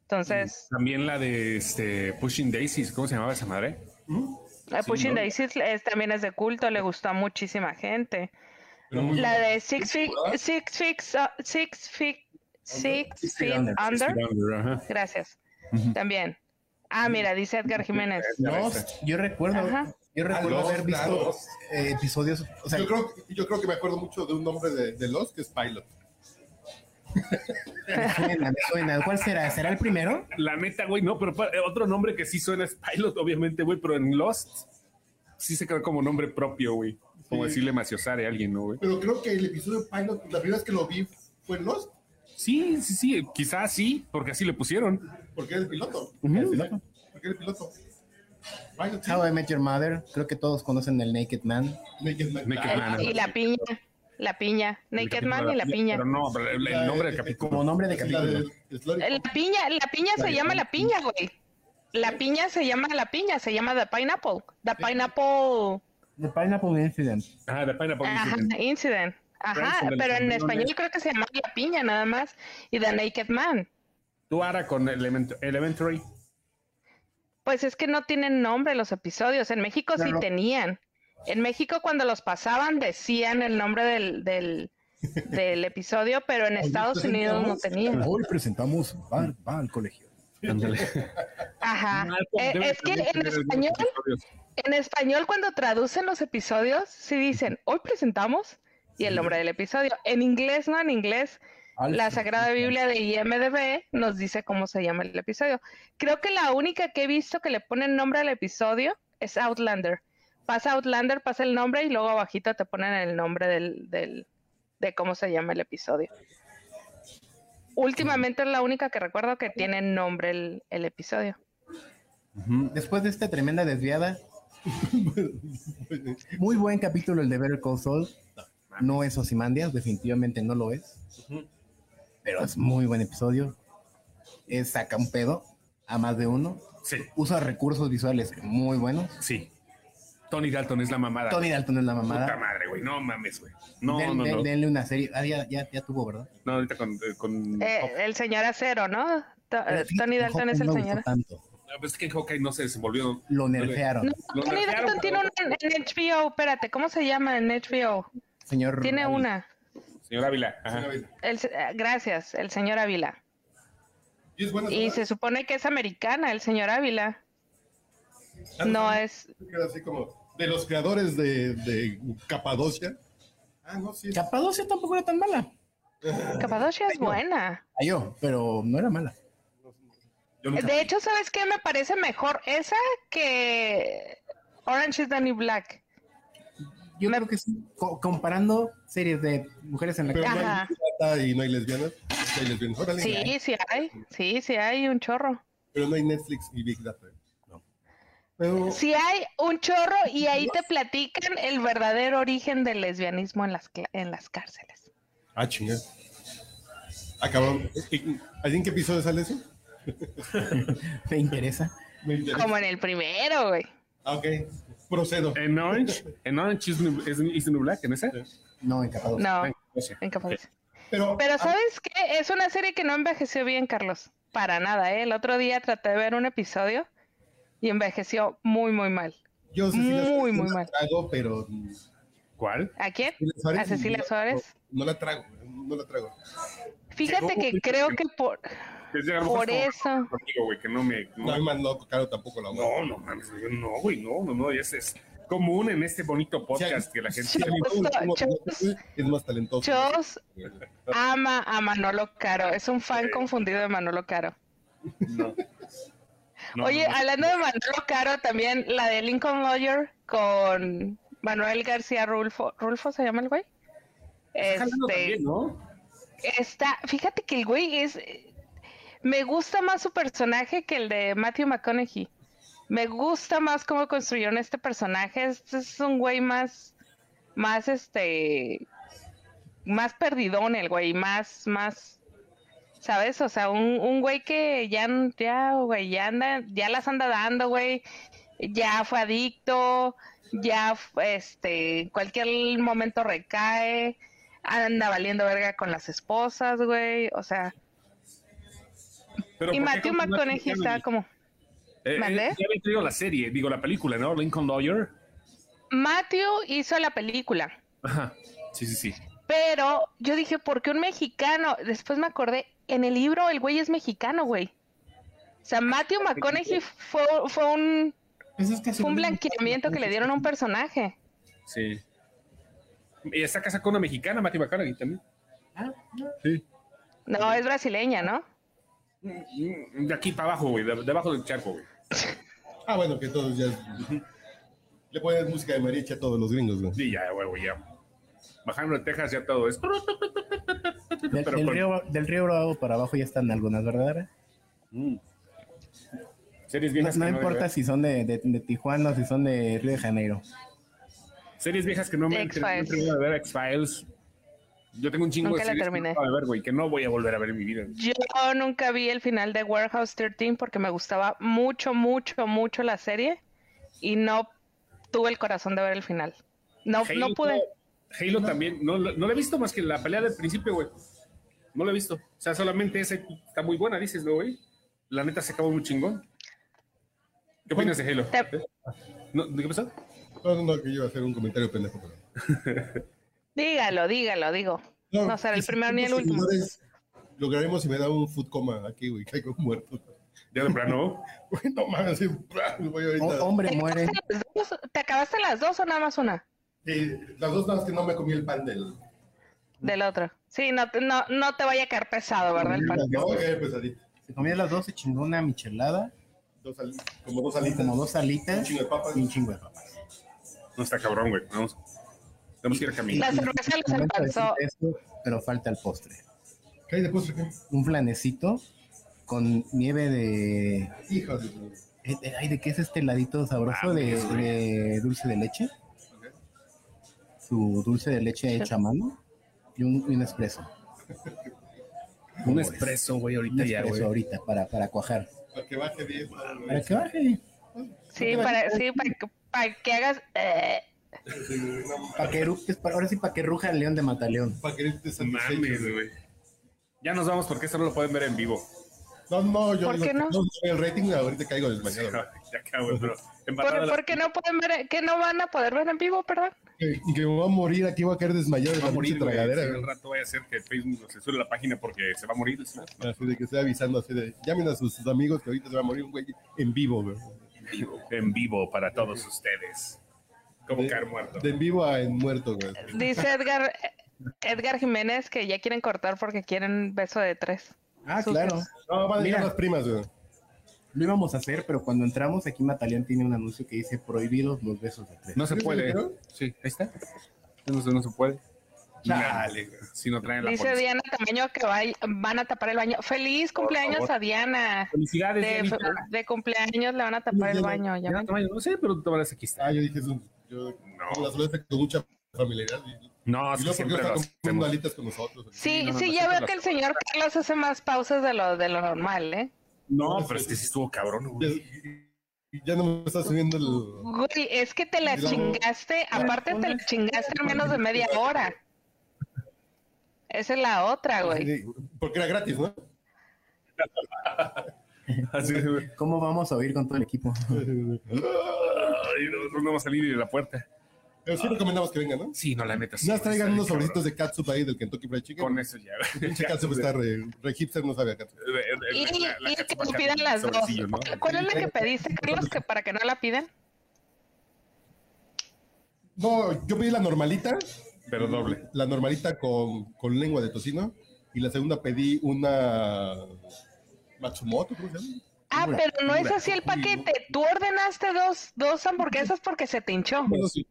Speaker 3: Entonces,
Speaker 1: También la de este, Pushing Daisies, ¿cómo se llamaba esa madre?
Speaker 3: la
Speaker 1: sí,
Speaker 3: eh, Pushing
Speaker 1: ¿no?
Speaker 3: Daisies es- también es de culto, le gustó a muchísima gente.
Speaker 4: Pero muy
Speaker 3: La
Speaker 4: buena.
Speaker 3: de Six Feet, Six Feet, uh, Six Feet, Six
Speaker 2: Feet
Speaker 3: Feet
Speaker 2: Under.
Speaker 3: Under.
Speaker 1: Ajá.
Speaker 3: Gracias. También. Ah, mira, dice Edgar Jiménez.
Speaker 4: Lost.
Speaker 2: Yo recuerdo,
Speaker 3: Ajá.
Speaker 2: yo recuerdo
Speaker 4: Ah, los
Speaker 2: haber visto
Speaker 4: dados.
Speaker 2: eh, episodios. O sea,
Speaker 4: yo, creo, yo creo que me acuerdo mucho de un nombre de, de Lost que es Pilot.
Speaker 2: me suena, me suena. ¿Cuál será? ¿Será el primero?
Speaker 1: La neta, güey, no, pero pa- eh, otro nombre que sí suena es Pilot, obviamente, güey, pero en Lost sí se quedó como nombre propio, güey. Como
Speaker 4: Sí.
Speaker 1: decirle maciosare a alguien, ¿no, güey?
Speaker 4: Pero creo que el episodio Pilot, la primera vez que lo vi fue en Lost,
Speaker 1: Sí, sí, sí, quizás sí, porque así le pusieron.
Speaker 4: porque era el piloto.
Speaker 2: El piloto.
Speaker 4: Porque era el piloto.
Speaker 3: Ah,
Speaker 4: Pilot, sí.
Speaker 2: How I Met Your Mother. Creo que todos conocen el Naked Man.
Speaker 4: Naked Man.
Speaker 1: Naked
Speaker 4: Ah,
Speaker 1: Man.
Speaker 3: Y la piña, la piña, Naked
Speaker 1: El
Speaker 3: Man
Speaker 1: capítulo
Speaker 3: y
Speaker 1: de
Speaker 3: la piña.
Speaker 1: Pero no, pero el, el nombre del capítulo.
Speaker 2: Como nombre de
Speaker 4: es la
Speaker 2: capítulo.
Speaker 4: de Slurry.
Speaker 3: La piña, la piña se llama la piña, güey. La piña se llama la piña, se llama The Pineapple. The Pineapple
Speaker 2: The Pineapple Incident.
Speaker 1: Ah, de Pineapple
Speaker 3: ajá,
Speaker 1: Incident.
Speaker 3: Incident. Ajá,
Speaker 1: Friends and the
Speaker 3: pero en
Speaker 1: Family
Speaker 3: español
Speaker 1: Members.
Speaker 3: creo que se llama la piña nada más. Y The Naked Man.
Speaker 1: Tú ahora con Element Elementary.
Speaker 3: Pues es que no tienen nombre los episodios. En México sí
Speaker 2: Claro.
Speaker 3: tenían. En México cuando los pasaban decían el nombre del, del, del episodio, pero en Estados
Speaker 4: entonces
Speaker 3: Unidos no
Speaker 4: teníamos-
Speaker 3: tenían.
Speaker 6: Hoy presentamos Bar, va al colegio.
Speaker 1: Ándale.
Speaker 3: Ajá.
Speaker 1: Malcolm
Speaker 3: Eh,
Speaker 1: debe
Speaker 3: es que
Speaker 1: también
Speaker 3: en
Speaker 1: tener algunos
Speaker 3: español,
Speaker 1: episodios.
Speaker 3: en español cuando traducen los episodios, sí dicen, hoy presentamos y el nombre del episodio. En inglés, no en inglés, la Sagrada Biblia de IMDB nos dice cómo se llama el episodio. Creo que la única que he visto que le ponen nombre al episodio es Outlander. Pasa Outlander, pasa el nombre y luego abajito te ponen el nombre del, del- de cómo se llama el episodio. Últimamente es la única que recuerdo que tiene nombre el- el episodio.
Speaker 2: Después de esta tremenda desviada, muy buen capítulo el de Better Call Saul. No es Osimandias, definitivamente no lo es. Pero es muy buen episodio. Eh, saca un pedo a más de uno.
Speaker 1: Sí,
Speaker 2: Usa recursos visuales muy buenos.
Speaker 1: sí. Tony Dalton es la mamada.
Speaker 2: Tony Dalton es la
Speaker 1: Puta
Speaker 2: mamada.
Speaker 1: madre, güey. No mames, güey. No,
Speaker 2: Den-
Speaker 1: no,
Speaker 2: den-
Speaker 1: no.
Speaker 2: Denle una serie. Ah, ya, ya, ya tuvo, ¿verdad?
Speaker 1: No, ahorita con. eh, con
Speaker 3: Eh,
Speaker 1: Hawkeye.
Speaker 3: el señor acero, ¿no? To- eh,
Speaker 2: Pero fíjate
Speaker 3: Tony
Speaker 2: que
Speaker 3: Dalton es
Speaker 2: Hawkeye
Speaker 3: el
Speaker 2: no me
Speaker 3: señor.
Speaker 2: gustó tanto.
Speaker 1: Ah, pues es que Hawkeye no se desenvolvió.
Speaker 2: Lo nerfearon.
Speaker 3: No,
Speaker 1: Lo
Speaker 3: Tony
Speaker 1: nerfearon,
Speaker 3: Dalton tiene
Speaker 1: pero-
Speaker 3: una en en HBO, espérate, ¿cómo se llama en HBO?
Speaker 2: Señor
Speaker 3: Tiene
Speaker 2: Ravi.
Speaker 3: una.
Speaker 1: Señor Ávila. ajá.
Speaker 3: El se- eh, gracias, el señor Ávila.
Speaker 4: Y es bueno.
Speaker 3: Y se supone que es americana, el señor Ávila. No es.
Speaker 4: Era así como de los creadores de, de Capadocia. Ah, no, sí.
Speaker 2: Capadocia tampoco era tan mala.
Speaker 3: Capadocia es buena.
Speaker 2: Cayó, pero no era mala.
Speaker 1: Yo nunca-
Speaker 3: De hecho, ¿sabes qué? Me parece mejor esa que Orange is the New Black.
Speaker 2: Yo creo que sí. Co- comparando series de mujeres en la
Speaker 4: Pero no
Speaker 2: calle.
Speaker 3: Ajá.
Speaker 4: hay plata y no hay lesbianas. No hay lesbianas. Órale, ya.
Speaker 3: Sí, sí hay. Sí, sí hay un chorro.
Speaker 4: Pero no hay Netflix y Big Data. Pero
Speaker 3: Si hay un chorro y ahí te platican el verdadero origen del lesbianismo en las, cla- en las cárceles.
Speaker 4: Ah, chinga. Ah, Acabó. ¿Así en qué episodio sale eso?
Speaker 2: Me interesa.
Speaker 4: Me interesa.
Speaker 3: Como en el primero, güey.
Speaker 4: Ah, ok. Procedo.
Speaker 1: En Orange, en Orange is, New- is, is the New Black, en esa.
Speaker 2: No, en Capadocia.
Speaker 3: No,
Speaker 1: Ah, o sea,
Speaker 3: en Capadocia.
Speaker 4: Pero, ah,
Speaker 3: Pero
Speaker 1: Ah.
Speaker 3: ¿sabes qué? Es una serie que no envejeció bien, Carlos. Para nada, ¿eh? El otro día traté de ver un episodio y envejeció muy, muy mal.
Speaker 4: yo sé si las-
Speaker 3: Muy,
Speaker 4: no
Speaker 3: muy
Speaker 4: la
Speaker 3: mal.
Speaker 4: trago, pero mm,
Speaker 1: ¿Cuál?
Speaker 3: ¿A quién?
Speaker 4: Cecilia Suárez,
Speaker 3: ¿A Cecilia
Speaker 4: no-
Speaker 3: Suárez?
Speaker 4: No, la trago, no la trago.
Speaker 3: Fíjate
Speaker 1: Llegó
Speaker 3: que
Speaker 1: muy
Speaker 3: creo que por,
Speaker 1: Es de- a lo mejor
Speaker 3: por
Speaker 1: es como-
Speaker 3: eso...
Speaker 1: contigo, güey, que no me. no-
Speaker 4: No, además no, claro, tampoco la
Speaker 1: No, no mames, güey, no, güey, no, no, no, es, es común en este bonito podcast
Speaker 4: Sí,
Speaker 1: que la gente
Speaker 3: sí. Justo, Chos-
Speaker 4: Es más talentoso.
Speaker 3: Chos ama a Manolo Caro. Es un fan confundido de Manolo Caro.
Speaker 1: No. No,
Speaker 3: Oye,
Speaker 1: no, no.
Speaker 3: hablando de Manolo Caro, también la de Lincoln Lawyer con Manuel García Rulfo. ¿Rulfo se llama el güey?
Speaker 1: Está jalando
Speaker 3: Este,
Speaker 1: también, ¿no?
Speaker 3: está, fíjate que el güey es. Me gusta más su personaje que el de Matthew McConaughey. Me gusta más cómo construyeron este personaje. Este es un güey más. Más este. Más perdidón el güey. Más, más. ¿Sabes? O sea, un, un güey que ya, ya, güey, ya anda, ya las anda dando, güey. Ya fue adicto, ya, este, en cualquier momento recae, anda valiendo verga con las esposas, güey. O sea,
Speaker 1: Pero
Speaker 3: Y
Speaker 1: ¿por qué
Speaker 3: Matthew
Speaker 1: continuaste
Speaker 3: McConaughey
Speaker 1: con
Speaker 3: está
Speaker 1: Kennedy?
Speaker 3: como.
Speaker 1: Eh, eh,
Speaker 3: ¿Mandé?
Speaker 1: ya había traído la serie, digo, la película, ¿no? Lincoln Lawyer.
Speaker 3: Matthew hizo la película,
Speaker 1: Ajá. Sí, sí, sí.
Speaker 3: pero yo dije, ¿por qué un mexicano? Después me acordé, en el libro el güey es mexicano, güey. O sea, Matthew McConaughey fue, fue un,
Speaker 2: Pues es que
Speaker 3: fue un blanqueamiento que le dieron a un personaje.
Speaker 1: Sí. Y está casada con una mexicana, Matthew McConaughey también.
Speaker 4: Sí.
Speaker 3: No, es brasileña, ¿no?
Speaker 1: Mm, mm, De aquí para abajo, güey, de- debajo del charco, güey.
Speaker 4: Ah, bueno, que todos ya. Le ponen música de mariachi a todos los gringos, güey.
Speaker 1: Sí, ya, güey, güey, ya. Bajando de Texas ya todo es.
Speaker 2: Del,
Speaker 1: Pero
Speaker 2: del
Speaker 1: con-
Speaker 2: río, del río Bravo para abajo ya están algunas, ¿verdad?
Speaker 1: Mm. Series
Speaker 2: No,
Speaker 1: viejas.
Speaker 2: no
Speaker 1: que no
Speaker 2: importa si son de, de- de Tijuana o si son de Río de Janeiro.
Speaker 1: Series viejas que no me han
Speaker 3: X-Files.
Speaker 1: terminado de ver X-Files. Yo tengo un chingo
Speaker 3: Nunca
Speaker 1: de
Speaker 3: la
Speaker 1: series
Speaker 3: terminé.
Speaker 1: que no acabo de ver, güey, que no voy a volver a ver en mi vida.
Speaker 3: Yo nunca vi el final de Warehouse 13 porque me gustaba mucho, mucho, mucho la serie y no tuve el corazón de ver el final. No, no pude.
Speaker 1: Halo también, no, no la he visto más que la pelea del principio, güey. No la he visto. O sea, solamente esa está muy buena, dices, ¿no, güey? La neta se acabó muy chingón. ¿Qué opinas de Halo? ¿Eh?
Speaker 3: Te-
Speaker 1: No, ¿de ¿Qué pasó?
Speaker 4: No, no, no, que yo iba a hacer un comentario pendejo. Pero...
Speaker 3: Dígalo, dígalo, digo. No será el
Speaker 4: si
Speaker 3: primero ni el
Speaker 4: tenemos
Speaker 3: último.
Speaker 4: seguidores, Lograremos si me da un food coma aquí, güey. Caigo muerto.
Speaker 1: Ya de plano.
Speaker 4: Güey, no mames, sí, me voy
Speaker 2: O-
Speaker 4: ahorita.
Speaker 2: hombre
Speaker 3: ¿Te
Speaker 2: muere.
Speaker 3: acabaste, las dos? ¿Te acabaste las dos o nada más una
Speaker 4: Eh, las dos nada más que no me comí el pan del.
Speaker 3: del otro? Sí, no, te- no, no te vaya a caer pesado, ¿verdad? El pan?
Speaker 4: No, eh, pesadito.
Speaker 2: Se comía las dos, se chingó una michelada,
Speaker 4: Dos al- Como dos alitas.
Speaker 2: como dos
Speaker 4: Un
Speaker 2: alitas
Speaker 4: chingo de papas.
Speaker 2: y un chingo de papas.
Speaker 1: No está cabrón, güey. Vamos. Tenemos que ir a caminar.
Speaker 3: La cerveza los
Speaker 2: Momento de decir
Speaker 3: empanzó.
Speaker 2: eso, pero falta el postre.
Speaker 4: ¿Qué hay de postre? qué?
Speaker 2: Un flanecito con nieve de...
Speaker 4: Hijas de tu-
Speaker 2: eh, eh, Ay, ¿de qué es este heladito
Speaker 1: Ah,
Speaker 2: sabroso de, de dulce de leche? Su dulce de leche hecha a mano y un, y un espresso.
Speaker 1: Un
Speaker 2: Hombre.
Speaker 1: expreso, güey,
Speaker 2: Un
Speaker 1: ahorita ya,
Speaker 2: espresso
Speaker 1: güey.
Speaker 2: ahorita para, para cuajar.
Speaker 4: Para que baje bien. ¿no?
Speaker 2: Para que baje,
Speaker 3: Sí, para, sí, para, que- para que hagas. eh,
Speaker 2: para que eructes, para- ahora sí para que ruja el león de Mataleón.
Speaker 4: Para que estés satisfecho.
Speaker 1: Mames, güey. Ya nos vamos porque eso no lo pueden ver en vivo.
Speaker 4: No, no, yo
Speaker 3: ¿Por
Speaker 4: digo
Speaker 3: qué
Speaker 4: que
Speaker 3: no?
Speaker 4: el rating ahorita caigo desmayado. güey.
Speaker 1: ya acabo, bro. Embarrada
Speaker 3: ¿por,
Speaker 1: la-
Speaker 3: por qué no pueden ver, que no van a poder ver en vivo, perdón?
Speaker 4: Que, que me voy a morir aquí, voy a caer desmayado de
Speaker 1: va
Speaker 4: la
Speaker 1: a morir,
Speaker 4: morir,
Speaker 1: güey.
Speaker 4: tragadera.
Speaker 1: Sí,
Speaker 4: güey.
Speaker 1: al rato vaya a ser que Facebook nos censure la página porque se va a morir. ¿sí?
Speaker 4: Así de que estoy avisando, así de llamen a sus, sus amigos que ahorita se va a morir un güey en vivo, güey.
Speaker 1: En vivo para todos ustedes. Como
Speaker 4: De-
Speaker 1: caer muerto.
Speaker 4: De en vivo a en muerto, güey.
Speaker 3: Dice Edgar, Edgar Jiménez que ya quieren cortar porque quieren beso de tres.
Speaker 2: Ah,
Speaker 3: Sus-
Speaker 2: claro.
Speaker 4: No, van a llegar
Speaker 2: Mira.
Speaker 4: las primas, güey.
Speaker 2: Lo íbamos a hacer, pero cuando entramos aquí Mataleón tiene un anuncio que dice prohibidos los besos de tres.
Speaker 1: No se puede.
Speaker 4: ¿Pero?
Speaker 1: Sí, ahí está. No se, no se puede.
Speaker 2: Chale,
Speaker 1: Mira, Si no traen la
Speaker 3: Dice
Speaker 1: policía.
Speaker 3: Diana Tamaño que va- van a tapar el baño. ¡Feliz cumpleaños
Speaker 1: favor.
Speaker 3: a Diana!
Speaker 1: Felicidades,
Speaker 3: De,
Speaker 1: Dianita.
Speaker 3: de cumpleaños le van a tapar el baño. ya
Speaker 1: Ya,
Speaker 3: ven.
Speaker 1: tamaño, no sé, pero tú aquí está.
Speaker 4: Ah, yo dije, es un, yo
Speaker 1: No.
Speaker 4: la saludé con mucha familiaridad. Y,
Speaker 1: No, es que
Speaker 4: y luego porque
Speaker 1: siempre
Speaker 4: está
Speaker 1: lo
Speaker 4: comiendo
Speaker 1: hacemos.
Speaker 4: alitas con nosotros. güey.
Speaker 3: Sí,
Speaker 1: no, no,
Speaker 3: sí,
Speaker 1: no,
Speaker 3: ya
Speaker 1: sí,
Speaker 3: veo
Speaker 1: te
Speaker 3: que el
Speaker 1: las-
Speaker 3: señor Carlos hace más pausas de lo, de lo normal, ¿eh?
Speaker 1: No, pero es que sí estuvo cabrón, güey.
Speaker 4: Ya, ya no me está subiendo el...
Speaker 3: Güey, es que te la
Speaker 4: Y luego-
Speaker 3: chingaste, aparte te la chingaste en menos de media hora. Esa es la otra, güey.
Speaker 4: Porque era gratis, ¿no?
Speaker 1: Así de- Ay,
Speaker 2: ¿Cómo vamos a oír con todo el equipo?
Speaker 1: no, no va a salir ni de la puerta.
Speaker 4: Pero sí recomendamos que vengan, ¿no?
Speaker 1: Sí, no, la neta. Ah. sí,
Speaker 4: Nada,
Speaker 1: güey,
Speaker 4: traigan
Speaker 1: está
Speaker 4: unos
Speaker 1: bien
Speaker 4: sobrecitos de catsup ahí del Kentucky Fried Chicken.
Speaker 1: cabrón. Con eso ya.
Speaker 4: Pinche catsup está re, re hipster, no sabe a catsup.
Speaker 1: De- de-
Speaker 3: Y,
Speaker 1: la- la
Speaker 3: y que
Speaker 1: cachupa
Speaker 3: nos
Speaker 1: acá,
Speaker 3: pidan las dos.
Speaker 1: sobrecillo, ¿no?
Speaker 3: ¿Cuál es la que pediste, Carlos, que para que no la pidan?
Speaker 4: No, yo pedí la normalita,
Speaker 1: Pero doble.
Speaker 4: la normalita con, con lengua de tocino. Y la segunda pedí una Matsumoto, ¿cómo se llama?
Speaker 3: Ah,
Speaker 2: Una,
Speaker 3: pero no es
Speaker 4: una,
Speaker 3: así el
Speaker 4: uy,
Speaker 3: paquete. Tú ordenaste dos, dos hamburguesas porque se te hinchó.
Speaker 4: Bueno, sí.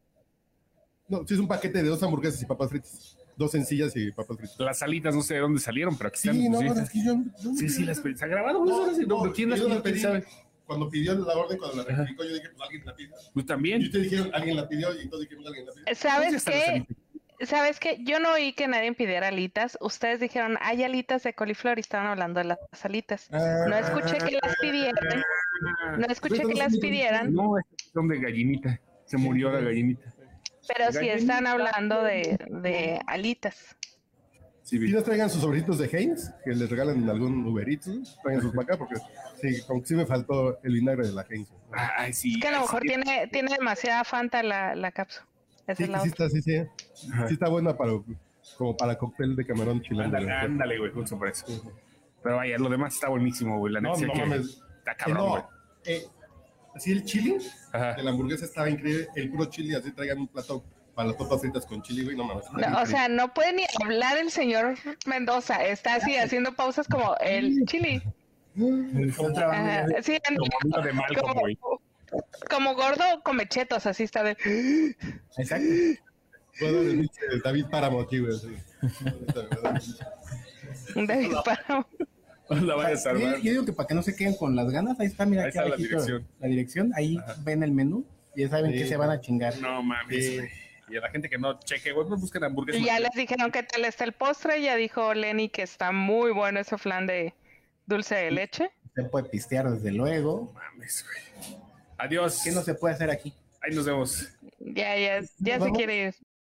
Speaker 4: No, sí es un paquete de dos hamburguesas y papas fritas. Dos sencillas y papas fritas.
Speaker 1: Las alitas no sé de dónde salieron, pero aquí están. pues,
Speaker 4: Sí, no,
Speaker 1: sí,
Speaker 4: es que yo... yo-
Speaker 1: sí, sí, las pedí. ¿Se grabaron? No, no, no,
Speaker 4: no,
Speaker 1: ¿Quién las
Speaker 4: yo
Speaker 1: pidió?
Speaker 4: la
Speaker 1: ¿Quién
Speaker 4: pedí.
Speaker 1: sabe?
Speaker 4: Cuando pidió la orden, cuando la rectificó, yo dije, pues alguien la pidió.
Speaker 1: Pues
Speaker 4: Y
Speaker 1: también.
Speaker 4: ustedes dijeron, alguien la pidió, y entonces dijeron, alguien la pidió.
Speaker 3: Eh, ¿Sabes
Speaker 1: Entonces,
Speaker 3: qué?
Speaker 1: hasta
Speaker 3: ¿Sabes qué? Yo no oí que nadie pidiera alitas. Ustedes dijeron, hay alitas de coliflor y estaban hablando de las alitas. No escuché que las pidieran. No escuché que las pidieran,
Speaker 1: No, estas son de gallinita. Se murió la gallinita.
Speaker 3: pero sí están hablando de, de alitas.
Speaker 1: Sí, vi.
Speaker 4: Y nos traigan sus sobrecitos de Heinz, que les regalan algún Uber Eats, ¿no? traigan sus para acá, porque sí, como que sí me faltó el vinagre de la Heinz. ¿no?
Speaker 1: Ay, sí.
Speaker 3: Es que a lo
Speaker 1: ay,
Speaker 3: mejor
Speaker 1: sí.
Speaker 3: tiene, tiene demasiada fanta la, la cápsula. Esa
Speaker 4: Sí,
Speaker 3: es la
Speaker 4: sí
Speaker 3: otra.
Speaker 4: está, sí, sí. Sí está buena para, como para cóctel de camarón chileno.
Speaker 1: Ándale, ándale, güey, justo por eso. Pero vaya, lo demás está buenísimo, güey. La
Speaker 4: No,
Speaker 1: neta
Speaker 4: no
Speaker 1: que
Speaker 4: mames.
Speaker 1: está
Speaker 4: Eh,
Speaker 1: cabrón, güey. Ah.
Speaker 4: no, eh, así el chili
Speaker 1: Ajá.
Speaker 4: de la hamburguesa estaba increíble. El puro chili, así traigan un plato para las papas fritas con chili, güey, no mames.
Speaker 3: No, o sea, no puede ni hablar el señor Mendoza. Está así haciendo pausas como el chili.
Speaker 2: Está trabajando
Speaker 3: Ajá,
Speaker 2: ya.
Speaker 3: sí, anda-
Speaker 1: Como mundo de Malcolm, güey.
Speaker 3: como gordo come chetos, así está de.
Speaker 2: Exacto.
Speaker 4: Puedo ver el pinche David Páramo aquí, güey. así.
Speaker 3: de disparo.
Speaker 1: La vaya a
Speaker 2: Yo,
Speaker 1: salvar.
Speaker 2: yo digo que para que no se queden con las ganas, ahí está, mira
Speaker 1: Ahí
Speaker 2: aquí
Speaker 1: está la
Speaker 2: abajito
Speaker 1: dirección.
Speaker 2: la dirección, ahí ven el menú, ya saben
Speaker 4: Sí.
Speaker 2: que se van a chingar.
Speaker 1: No mames, güey. Y a la gente que no cheque, güey, pues busquen hamburguesas.
Speaker 3: Y ya les dijeron qué tal está el postre. Ya dijo Lenny que está muy bueno ese flan de dulce de leche.
Speaker 2: Se puede pistear desde
Speaker 1: No
Speaker 2: luego.
Speaker 1: mames, güey. Adiós.
Speaker 2: ¿Qué no se puede hacer aquí?
Speaker 1: Ahí nos vemos.
Speaker 3: Ya, ya, ya se
Speaker 2: ¿Vamos?
Speaker 3: quiere ir.